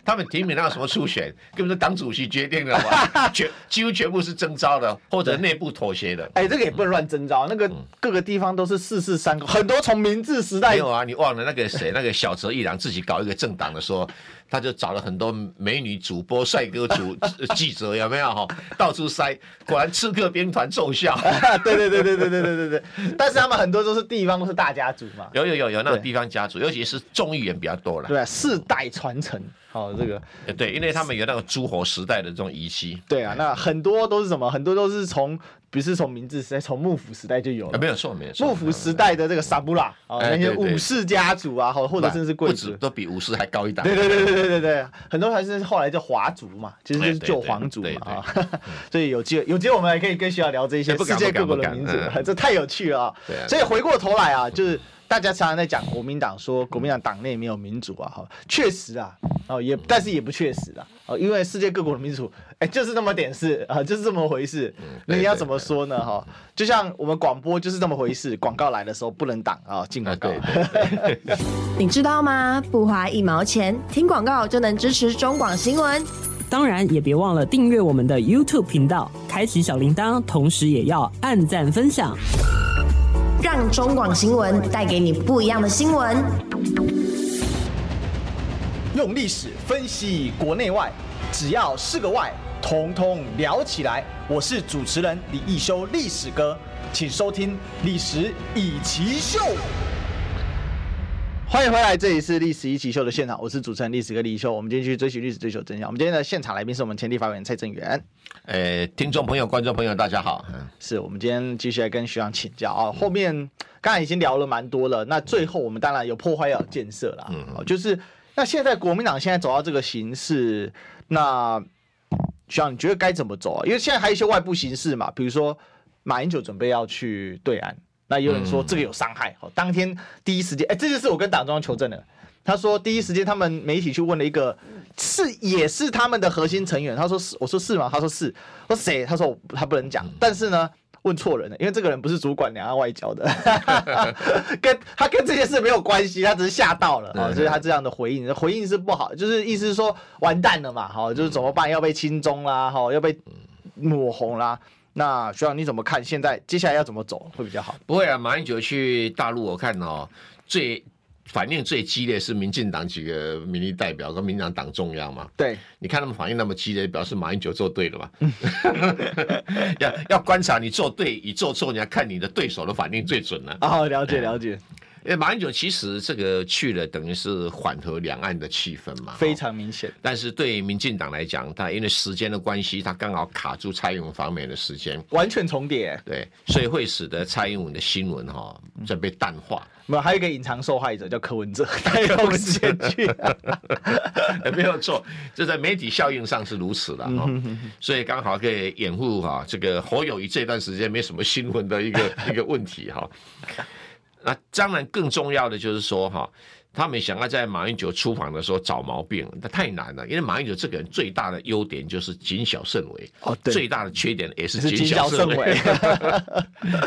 B: 他们提名那有什么初选，根本是党主席决定的 嘛，全几乎全部是征召的或者内部妥协的。
A: 哎，这个也不能乱征召，那
B: 嗯
A: 个各个地方都是四四三公，很多从明治时代
B: 没有啊，你忘了那个谁，那个小泽一郎自己搞一个政党的时候，他就找了很多美女主播、帅哥主 记者，有没有哈？到处塞，果然刺客兵团奏效。
A: 对对对对对对对对对，但是他们很多都是地方都是大家族嘛。
B: 有有有有那
A: 对
B: 种地方家族，尤其是众议员比较多了。
A: 对啊，世代传承，好这个。
B: 呃对，因为他们有那个诸侯时代的这种遗迹。
A: 对啊，那很多都是什么？很多都是从不是从明治时代，从幕府时代就有
B: 啊，
A: 了。
B: 没有错，没有错。
A: 幕府时代的这个萨布拉啊，
B: 哎
A: 那些
B: 对对
A: 武士家族啊，好或者甚至贵
B: 不
A: 族
B: 止，都比武士还高一档。
A: 对对对对对对对，很多还是后来叫华族嘛，其实就是
B: 哎对
A: 旧皇族
B: 对
A: 嘛啊。 所以有机会有机会我们还可以跟学校聊这些
B: 哎不
A: 世
B: 敢
A: 界各
B: 不
A: 国
B: 敢
A: 的
B: 不敢
A: 民族
B: 嗯，
A: 这太有趣了啊
B: 对啊。
A: 所以回过头来啊，就是大家常常在讲国民党，说国民党党内没有民主啊，哈，确实啊，哦
B: 嗯
A: 也但是也不确实啊，哦，因为世界各国的民主，哎，就是那么点事啊，就是这么回事。
B: 嗯对
A: 你要
B: 对
A: 怎么说呢？哈，就像我们广播就是这么回事，广告来的时候不能挡啊，进
B: 啊，
A: 广告
B: 对。对
D: 你知道吗？不花一毛钱，听广告就能支持中广新闻。
C: 当然也别忘了订阅我们的 YouTube 频道，开启小铃铛，同时也要按赞分享。
D: 让中广新闻带给你不一样的新闻。
A: 用历史分析国内外，只要是个“外”，统统聊起来。我是主持人李义修，历史哥，请收听《历史以奇秀》。欢迎回来，这里是《历史一奇秀》的现场，我是主持人历史哥李义修。我们今天去追寻历史，追求真相。我们今天的现场来宾是我们前立法委员蔡正元。
B: 呃，听众朋友、观众朋友，大家好。嗯
A: 是我们今天继续来跟学长请教啊。后面刚才已经聊了蛮多了，那最后我们当然有破坏要有建设啦。嗯，就是那现在国民党现在走到这个形势，那学长你觉得该怎么走啊？因为现在还有一些外部形势嘛，比如说马英九准备要去对岸，那也有人说这个有伤害。好、当天第一时间，哎、这就是我跟党中央求证的。他说第一时间他们媒体去问了一个是也是他们的核心成员，他说是，我说是吗？他说是，我说谁？他说我他不能讲，但是呢。问错人了，因为这个人不是主管两岸外交的，跟他跟这件事没有关系，他只是吓到了啊、哦所以他这样的回应，回应是不好，就是意思是说完蛋了嘛，哈、就是怎么办？要被亲中啦，哈、要被抹红啦。那学长你怎么看？现在接下来要怎么走会比较好？
B: 不会啊，马英九去大陆，我看哦，最反应最激烈是民进党几个民意代表跟民进党党中央嘛。
A: 对，
B: 你看他们反应那么激烈，表示马英九做对 了嘛？要要观察你做对与做错，你要看你的对手的反应最准了、啊。
A: 哦，了解了解，
B: 因为马英九其实这个去了，等于是缓和两岸的气氛嘛。
A: 非。常明显。
B: 但是对民进党来讲，他因为时间的关系，他刚好卡住蔡英文方面的时间，
A: 完全重叠，
B: 对，所以会使得蔡英文的新闻哈、哦、在被淡化。
A: 没有，还有一个隐藏受害者叫柯文 哲， 他也有先去，
B: 也 没有错，这在媒体效应上是如此
A: 嗯
B: 的哈、所以刚好可以掩护哈、这个侯友谊这段时间没什么新闻的一个 一个问题哈、那当然更重要的就是说哈、他们想要在马英九出访的时候找毛病，那太难了。因为马英九这个人最大的优点就是谨小慎微，
A: 哦对
B: 最大的缺点也是
A: 是
B: 谨
A: 谨
B: 小
A: 小
B: 慎
A: 慎
B: 微，
A: 微，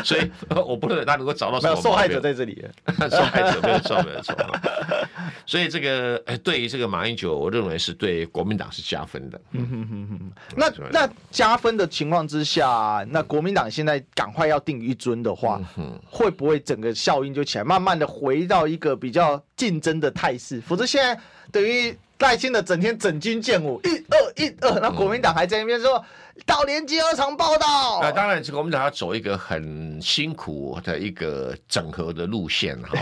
B: 所以我不认为他能够找到什
A: 没
B: 么
A: 有受害
B: 毛病
A: 者在这里。
B: 受害者没有错，没有错。 所以这个呃对于这个马英九，我认为是对国民党是加分的。
A: 那那加分的情况之下，那国民党现在赶快要定一尊的话，会不会整个效应就起来，慢慢的回到一个比较竞争的态势？否则现在等于赖清德整天整军见武，一二一二，那国民党还在那边说到连接二厂报道
B: 那、，当然，这个我们党要走一个很辛苦的一个整合的路线哈。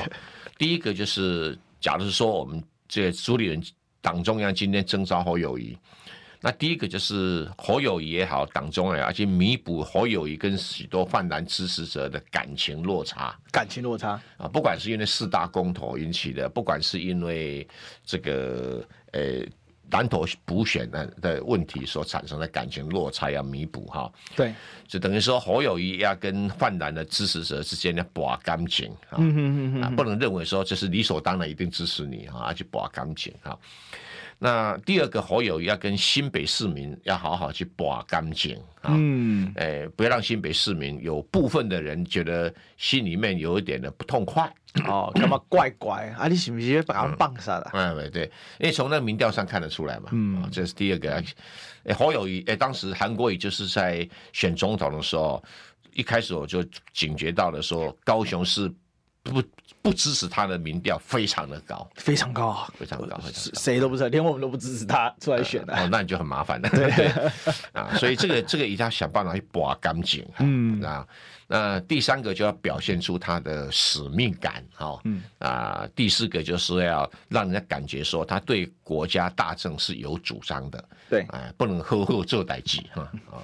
B: 第一个就是，假如说我们这个朱立伦党中央今天征召侯友谊，那第一个就是侯友谊也好，党中央也好，去弥补侯友谊跟许多泛蓝支持者的感情落差。
A: 感情落差，
B: 啊，不管是因为四大公投引起的，不管是因为这个呃南投补选的的问题所产生的感情落差要弥补哈，
A: 对，
B: 就等于说侯友谊要跟泛蓝的支持者之间要把感情啊，啊，不能认为说这是理所当然一定支持你哈，啊去把感情哈。那第二个侯友谊要跟新北市民要好好去把感情啊，
A: 嗯，
B: 哎，不要让新北市民有部分的人觉得心里面有一点的不痛快。
A: 哦，干嘛怪怪啊？你是不是把他们棒杀了？
B: 哎，对，因为从那民调上看得出来嘛。嗯，这是第二个。哎，侯友谊，哎，当时韩国瑜就是在选总统的时候，一开始我就警觉到了，说高雄市不不支持他的民调非常的高。
A: 非常高啊，
B: 非常高非常高
A: 谁谁都不知道，连我们都不支持他出来呃选的、啊
B: 哦，那你就很麻烦了。 对啊，所以这个这个一定要想办法去把干净。嗯啊，那第三个就要表现出他的使命感哦。嗯啊，第四个就是要让人家感觉说他对国家大政是有主张的。
A: 对
B: 哎、不能呵呵做代志哈啊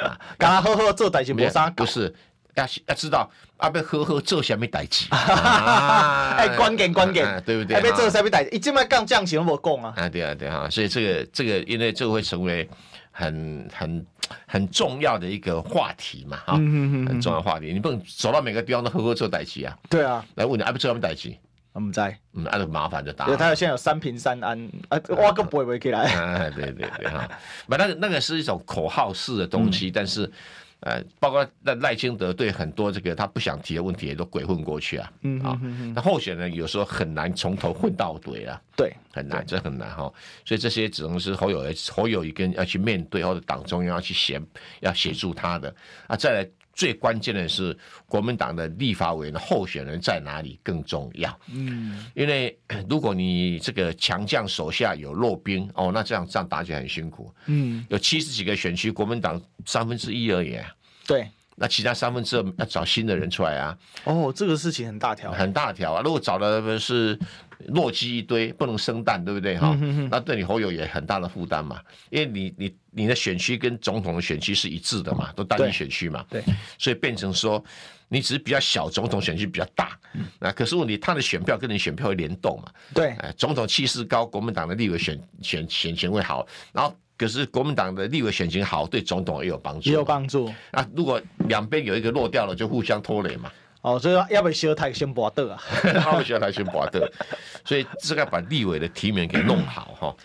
B: 啊，
A: 刚刚呵呵做代情
B: 没
A: 谋
B: 有
A: 杀
B: 不是。要要知道，阿要呵呵做什么 代志？啊
A: 哎，关键关
B: 啊啊
A: 键，
B: 对不对？
A: 哎，被
B: 啊
A: 这个谁被逮？一进来杠降型都无讲啊，
B: 啊，对啊，对啊，所以这个这个，因为这个会成为很很很重要的一个话题嘛，哈、很重要的话题，你不能走到每个地方都呵呵做代志啊，
A: 对啊，
B: 来问你啊，不做什么代志，
A: 我们在，
B: 嗯，啊，就麻烦就大
A: 因为
B: 了。
A: 他现在有三平三安，啊，我个背不起 来，
B: 啊，对对对哈，不，那个那个是一种口号式的东西，但是，呃，包括那赖清德对很多这个他不想提的问题也都鬼混过去啊，啊，那候选人有时候很难从头混到尾啊，
A: 对，
B: 很难，这很难哈。所以这些只能是侯友侯友谊跟要去面对，或者党中央要去协要协助他的啊。再来，最关键的是国民党的立法委员候选人在哪里更重要。
A: 嗯，
B: 因为如果你这个强将手下有弱兵哦，那这样这样打起来很辛苦。
A: 嗯，
B: 有七十几个选区，国民党三分之一而已啊、
A: 对，
B: 那其他三分之二要找新的人出来啊，
A: 哦，这个事情很大条，
B: 很大条啊。如果找的是弱鸡一堆，不能生蛋，对不对哈、
A: 嗯
B: 那对你侯友也很大的负担嘛，因为你你你的选区跟总统的选区是一致的嘛，都单
A: 对
B: 一选区嘛，
A: 对，
B: 所以变成说你只是比较小，总统选区比较大，那、可是问题他的选票跟你选票会联动嘛，
A: 嗯对，
B: 哎，总统气势高，国民党的立委选选选情会好，然后可是国民党的立委选情好，对总统也有帮助
A: 也
B: 嘛，
A: 有帮助。
B: 啊。如果两边有一个落掉了，就互相拖累嘛，
A: 哦，所以说要不要修台先博得啊？
B: 他们需要来选拔的，所以这个把立委的提名给弄好哈。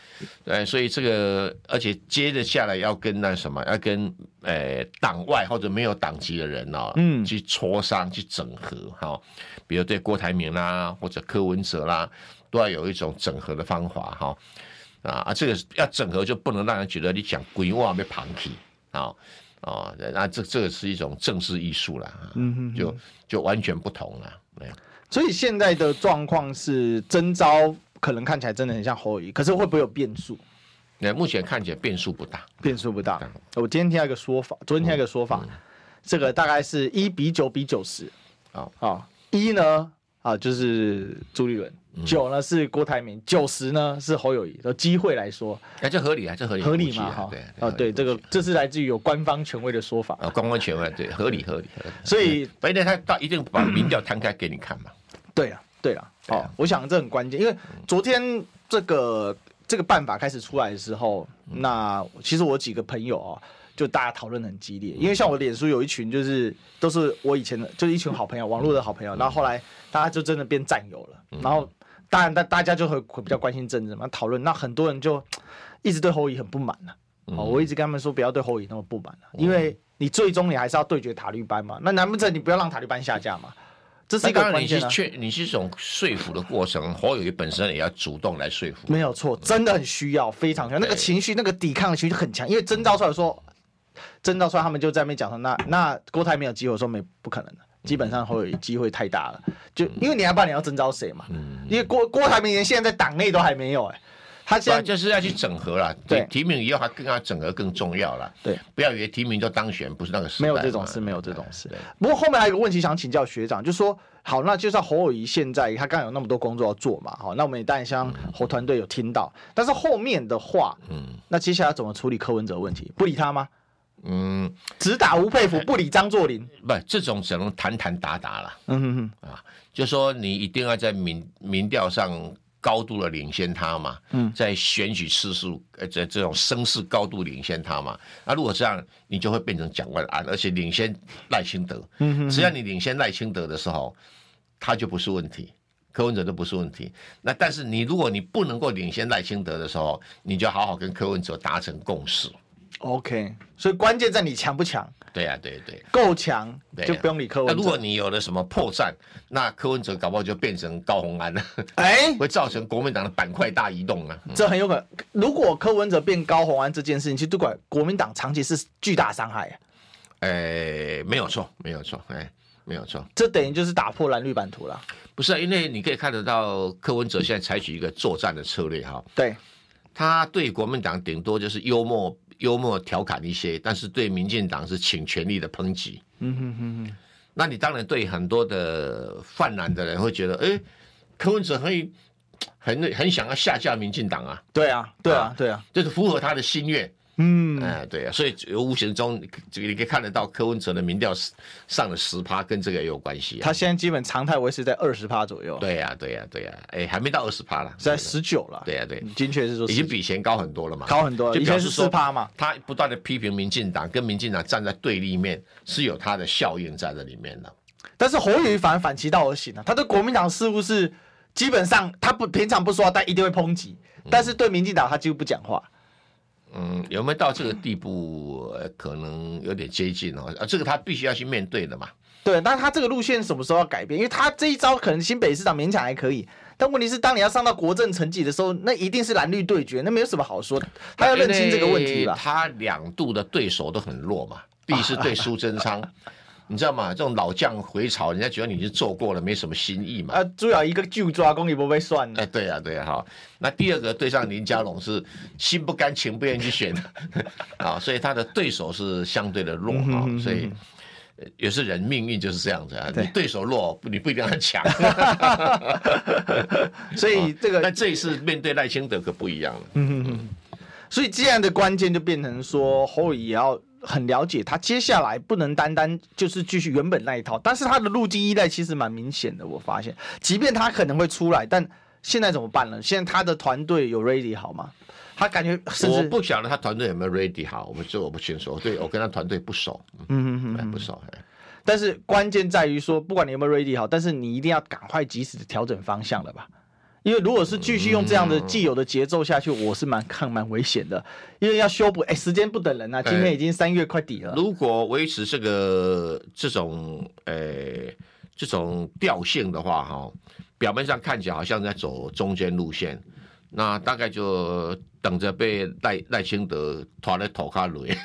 B: 哎，所以这个而且接着下来要跟那什么，要跟呃党外或者没有党籍的人哦，
A: 嗯
B: 去磋商、去整合哈、比如对郭台铭啦，或者柯文哲啦，都要有一种整合的方法哈、啊啊，这个要整合就不能让人觉得你讲鬼话被旁起啊啊，那这这个是一种政治艺术啦，啊
A: 嗯哼哼
B: 就就完全不同了，哎
A: 所以现在的状况是征招可能看起来真的很像侯友宜，可是会不会有变数？
B: 那目前看起来变数不大，
A: 变数不大。我今天听到一个说法，昨天听到一个说法，
B: 嗯
A: 这个大概是一比九比九十。
B: 好
A: 啊，一呢啊就是朱立伦，
B: 嗯
A: 九呢是郭台铭，九十呢是侯友宜。的机会来说，
B: 哎、这合理啊，这合理
A: 合理
B: 估计
A: 嘛？
B: 啊
A: 哈
B: 对，
A: 啊，对，这个这是来自于有官方权威的说法，
B: 啊，官方权威对，合理合理合理。
A: 所以
B: 反正他到一定把民调摊开给你看嘛，
A: 对了，对了，
B: 对
A: 哦
B: 啊，嗯
A: 我想这很关键，因为昨天这个这个办法开始出来的时候，
B: 嗯
A: 那其实我有几个朋友哦，就大家讨论得很激烈，因为像我脸书有一群就是都是我以前的，就是一群好
B: 嗯
A: 朋友，网络的好朋友，然后后来大家就真的变战友了，然后当然大大家就会会比较关心政治嘛，讨论，那很多人就一直对侯乙很不满了、
B: 嗯
A: 哦，我一直跟他们说不要对侯乙那么不满了、因为你最终你还是要对决塔利班嘛，那难不成你不要让塔利班下架嘛？ 这是
B: 那
A: 一个
B: 当然
A: 关
B: 你是
A: 键啊。
B: 确，你是一种说服的过程，侯友宜本身也要主动来说服。
A: 没有错，真的很需要，非常需要。那个情绪，那个抵抗的情绪很强，因为征召出来说，征召出来，他们就在那边讲说，那那郭台铭有机会，我说没不可能的，基本上会有机会太大了，就
B: 嗯
A: 因为你要不然你要征召谁嘛？因为郭郭台铭连现在在党内都还没有哎、他
B: 对啊，
A: 现在
B: 就是要去整合啦，
A: 对
B: 提提名以后还更要整合更重要啦。
A: 对，
B: 不要以为提名就当选，不是那个时
A: 没
B: 代嘛
A: 有这种事，没有这种事
B: 对。
A: 不过后面还有一个问题想请教学长，就说好，那就像侯友谊现在他刚刚有那么多工作要做嘛，好，那我们也当然像侯团队有听到，但是后面的话，
B: 嗯
A: 那接下来要怎么处理柯文哲的问题？不理他吗？
B: 嗯，
A: 只打吴佩孚，不理张作霖。
B: 不，这种只能谈谈打打啦。
A: 嗯哼哼，
B: 啊，就说你一定要在民民调上高度的领先他嘛，
A: 嗯
B: 在选举次数呃这这种声势高度领先他嘛，那、如果这样，你就会变成蒋万安，而且领先赖清德，
A: 嗯
B: 只要你领先赖清德的时候，他就不是问题。柯文哲都不是问题，那但是你如果你不能够领先赖清德的时候，你就好好跟柯文哲达成共识。
A: ，OK。所以关键在你强不强，
B: 对呀、对对。
A: 够强
B: 对啊
A: 就不用理柯
B: 那
A: 文
B: 如果
A: 哲。
B: 你有了什么破绽，那柯文哲搞不好就变成高鸿安了。
A: 哎，
B: 会造成国民党的板块大移动啊。
A: 这很有可能。如果柯文哲变高红安这件事情，其实对国国民党长期是巨大伤害，
B: 哎，没有错，没有错，哎，没有错，
A: 这等于就是打破蓝绿版图了。
B: 不是、啊，因为你可以看得到柯文哲现在采取一个作战的策略哈，
A: 对，
B: 他对国民党顶多就是幽默幽默调侃一些，但是对民进党是倾全力的抨击。
A: 嗯哼哼哼，
B: 那你当然对很多的泛蓝的人会觉得，哎，柯文哲很很很想要下架民进党啊，
A: 对啊，对啊，对啊，
B: 这是符合他的心愿。
A: 嗯，
B: 哎，对啊，所以无形中这个你可以看得到柯文哲的民调上了十趴，跟这个也有关系啊
A: 他。现在基本常态维持在二十趴左右，，
B: 对呀、对呀、对呀、哎，还没到二十趴了，
A: 在十九了。
B: 对呀、啊对、
A: 嗯，精确是说
B: 已经
A: 19
B: 比以前高很多了嘛，
A: 高很多了，
B: 就
A: 以
B: 表
A: 前
B: 示
A: 是
B: 说
A: 四趴嘛。
B: 他不断的批评民进党，跟民进党站在对立面，是有他的效应在这里面的。
A: 但是侯友宜反而反其道而行啊，他对国民党似乎是基本上他不平常不说话，但一定会抨击，但是对民进党他几乎不讲话。
B: 嗯，有没有到这个地步？呃可能有点接近哦，啊，这个他必须要去面对的嘛。
A: 对，但是他这个路线什么时候要改变？因为他这一招可能新北市长勉强还可以，但问题是，当你要上到国政层级的时候，那一定是蓝绿对决，那没有什么好说的。他要认清这个问题
B: 因为
A: 吧？
B: 他两度的对手都很弱嘛，第一是对苏贞昌，你知道吗？这种老将回朝，人家觉得你已经做过了，没什么新意嘛。
A: 啊，主要一个旧抓公你不被算
B: 哎，
A: 了，
B: 对呀、对呀、好。那第二个对上林佳龙是心不甘情不愿 去选的啊，所以他的对手是相对的弱
A: 嗯哼
B: 啊
A: 嗯哼，
B: 所以呃有时人命运就是这样子啊，
A: 对
B: 你对手弱，不你不一定要强。
A: 所以这个
B: 但这一次面对赖清德可不一样了，
A: 嗯嗯嗯，所以这样的关键就变成说，侯友宜也要很了解他接下来不能单单就是继续原本那一套，但是他的路径依赖其实蛮明显的。我发现，即便他可能会出来，但现在怎么办呢？现在他的团队有 ready 好吗？他感觉甚
B: 我
A: 至
B: 不晓得他团队有没有 ready 好，我们这我不清楚，对我跟他团队不熟，
A: 嗯嗯嗯
B: 哎
A: 嗯，
B: 不熟。哎
A: 但是关键在于说，不管你有没有 ready 好，但是你一定要赶快及时的调整方向了吧。因为如果是继续用这样
B: 嗯
A: 的既有的节奏下去，我是蛮看蛮危险的，因为要修补，哎，时间不等人啊！今天已经三月快底了，
B: 如果维持这个这种呃这种调性的话，哈，表面上看起来好像在走中间路线，那大概就等着被赖赖清德拖来头卡雷。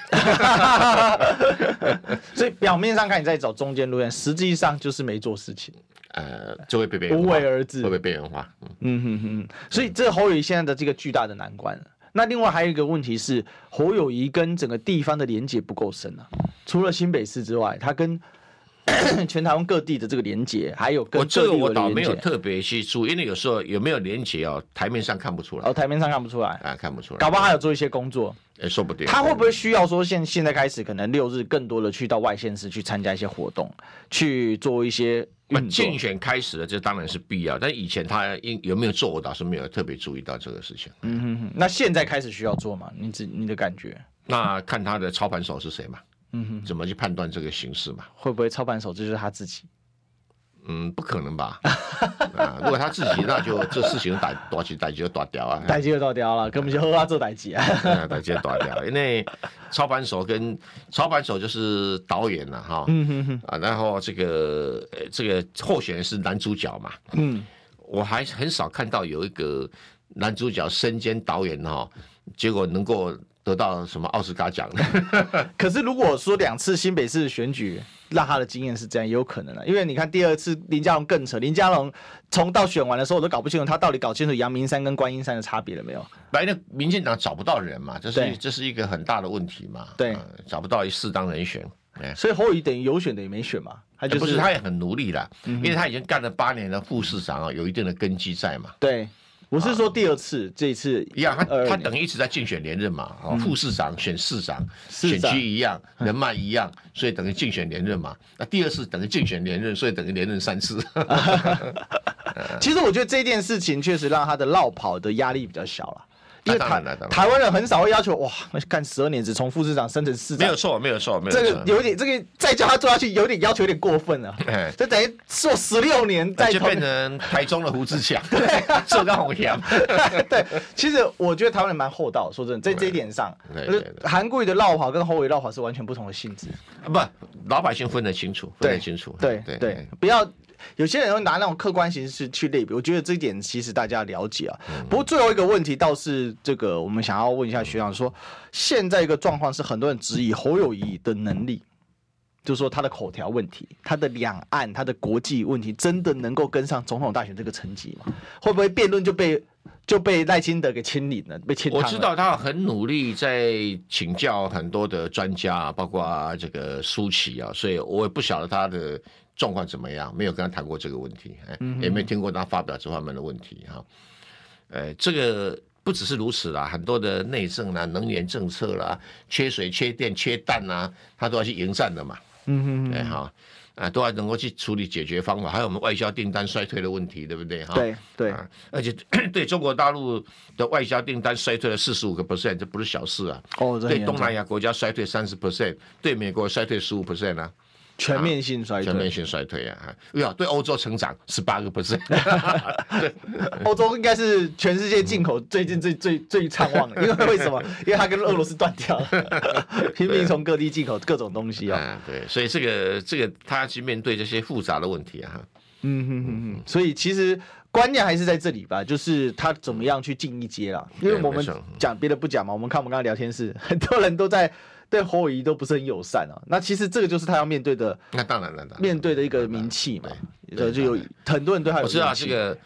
A: 所以表面上看你在走中间路线，实际上就是没做事情。
B: 呃，就会被边缘化
A: 无为而治
B: 会被边缘化。
A: 嗯
B: 嗯
A: 哼哼，所以这侯友谊现在的这个巨大的难关。那另外还有一个问题是，侯友谊跟整个地方的连接不够深啊。除了新北市之外，他跟 全台湾各地的这个连接，还有跟
B: 我这个
A: 各地
B: 我
A: 有
B: 倒
A: 的
B: 没
A: 连
B: 有
A: 接，
B: 特别去注意，因为有时候有没有连接哦，台面上看不出来
A: 哦，台面上看不出来，
B: 啊，看不出来，
A: 搞不好还有做一些工作。
B: 也说不定
A: 他会不会需要说现现在开始，可能六日更多的去到外县市去参加一些活动，去做一些
B: 那
A: 运作
B: 竞？选开始了，这当然是必要，但以前他应有没有做，我倒是没有特别注意到这个事情。
A: 嗯哼哼，那现在开始需要做吗？你自你的感觉？
B: 那看他的操盘手是谁嘛，
A: 嗯哼，
B: 怎么去判断这个形势嘛？
A: 会不会操盘手就是他自己？
B: 嗯，不可能吧？啊，如果他自己，那就这事情打打起打起就打掉啊，
A: 逮鸡就到雕了，根本就喝他做逮鸡啊！
B: 啊打起就打掉，因为操盘手跟操盘手就是导演了、哈，
A: 嗯哼哼，
B: 啊，然后这个呃这个候选人是男主角嘛，
A: 嗯，
B: 我还很少看到有一个男主角身兼导演哈、结果能够得到什么奥斯卡奖的。
A: 可是如果说两次新北市选举让他的经验是这样，也有可能啊，因为你看第二次林佳龙更扯，林佳龙从到选完的时候我都搞不清楚他到底搞清楚阳明山跟观音山的差别了没有？
B: 来的民进党找不到人嘛，这
A: 对
B: 是这是一个很大的问题嘛。
A: 对
B: 呃找不到一适当人选。哎，
A: 所以侯友宜等于有选的也没选嘛，他
B: 哎
A: 就是、嗯
B: 不是他也很努力啦，因为他已经干了八年的副市长啊，有一定的根基在嘛。
A: 对，我是说第二次，这一次
B: 一样，他
A: 22
B: 他
A: 年
B: 等于一直在竞选连任嘛，哦，副市长选市长，
A: 嗯市
B: 选
A: 长
B: 区一样，人脉一样，所以等于竞选连任嘛。那第二次等于竞选连任，所以等于连任三次。
A: 啊其实我觉得这件事情确实让他的绕跑的压力比较小了。因为
B: 那当
A: 台
B: 然了当然
A: 台湾人很少会要求哇，那干十二年只从副市长升成市
B: 没
A: 长
B: 有，错，没有错，没有
A: 这个
B: 错。
A: 有点这个再叫他做下去有点要求有点过分了
B: 哎，
A: 这等于做十六年
B: 那
A: 再
B: 就
A: 同
B: 变成台中的胡志 强，做到红阳。
A: 对，其实我觉得台湾人蛮厚道，说真的，在这一点上，
B: 对
A: 就是
B: 对对
A: 韩国瑜的绕跑跟侯伟绕跑是完全不同的性质。
B: 不，老百姓分得清楚，分
A: 对
B: 得清楚。
A: 对
B: 对
A: 对，不要有些人会拿那种客观形式去类比，我觉得这一点其实大家了解啊。
B: 嗯
A: 不过最后一个问题倒是这个，我们想要问一下学长说，现在一个状况是很多人质疑侯友谊的能力。就是说他的口条问题，他的两岸、他的国际问题，真的能够跟上总统大选这个成绩吗？会不会辩论就被就被赖清德给清理了，被清
B: 我
A: 汤
B: 知
A: 了
B: 道他很努力在请教很多的专家，包括这个舒淇啊，所以我也不晓得他的状况怎么样，没有跟他谈过这个问题，哎，也没听过他发表这方面的问题哈。呃，这个不只是如此啦，很多的内政啦、能源政策啦、缺水、缺电、缺氮啦，他都要去迎战的嘛。嗯哼，哎哈，啊，都要能够去处理解决方法，还有我们外销订单衰退的问题，对不对哈？
A: 对对，
B: 啊，而且 对中国大陆的外销订单衰退了四十五个 percent，这不是小事啊。
A: 哦，这很
B: 对
A: 严
B: 东
A: 重
B: 南亚国家衰退三十 percent，对美国衰退十五 percent 啊，
A: 全面性衰
B: 全面
A: 退，
B: 性衰退啊。啊哎呀，对欧洲成长十八 个 percent，
A: 欧洲应该是全世界进口
B: 嗯
A: 最近最最最畅旺 的，因为为什么？因为它跟俄罗斯断掉了，拼命从各地进口各种东西哦。
B: 啊，对，所以这个这个他要去面对这些复杂的问题啊。哈
A: 嗯哼哼哼，所以其实关键还是在这里吧，就是他怎么样去进一阶啦。因为我们
B: 哎对没错 嗯
A: 讲别的不讲嘛，我们看我们刚刚聊天室，很多人都在对侯友谊都不是很友善啊。那其实这个就是他要面对的
B: 那当然了，当然
A: 面对的一个名气嘛，就就有很多人对他有
B: 我知道
A: 怨气
B: 这个，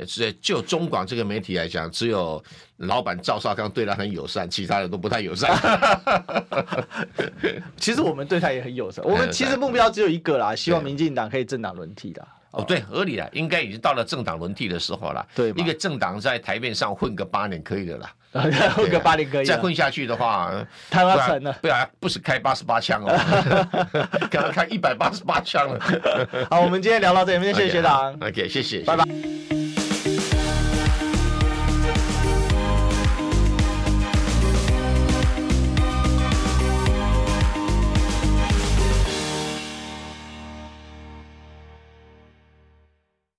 B: 呃，只就中广这个媒体来讲，只有老板赵少康对他很友善，其他人都不太 友善。
A: 其实我们对他也很友
B: 哎
A: 善，我们其实目标只有一个啦，希望民进党可以政党轮替的。
B: 哦，对，合理了，应该已经到了政党轮替的时候了。
A: 对嘛
B: 一个政党在台面上混个八年可以的啦。
A: 混个
B: 对啊
A: 八零可以
B: 再
A: 啊，
B: 混下去的话，
A: 台湾
B: 不然
A: 成了
B: 不然不是开八十八 枪哦，可能开一百八十八枪了。
A: 好，我们今天聊到这里，我们先谢谢学长。
B: OK，谢谢，
A: 拜拜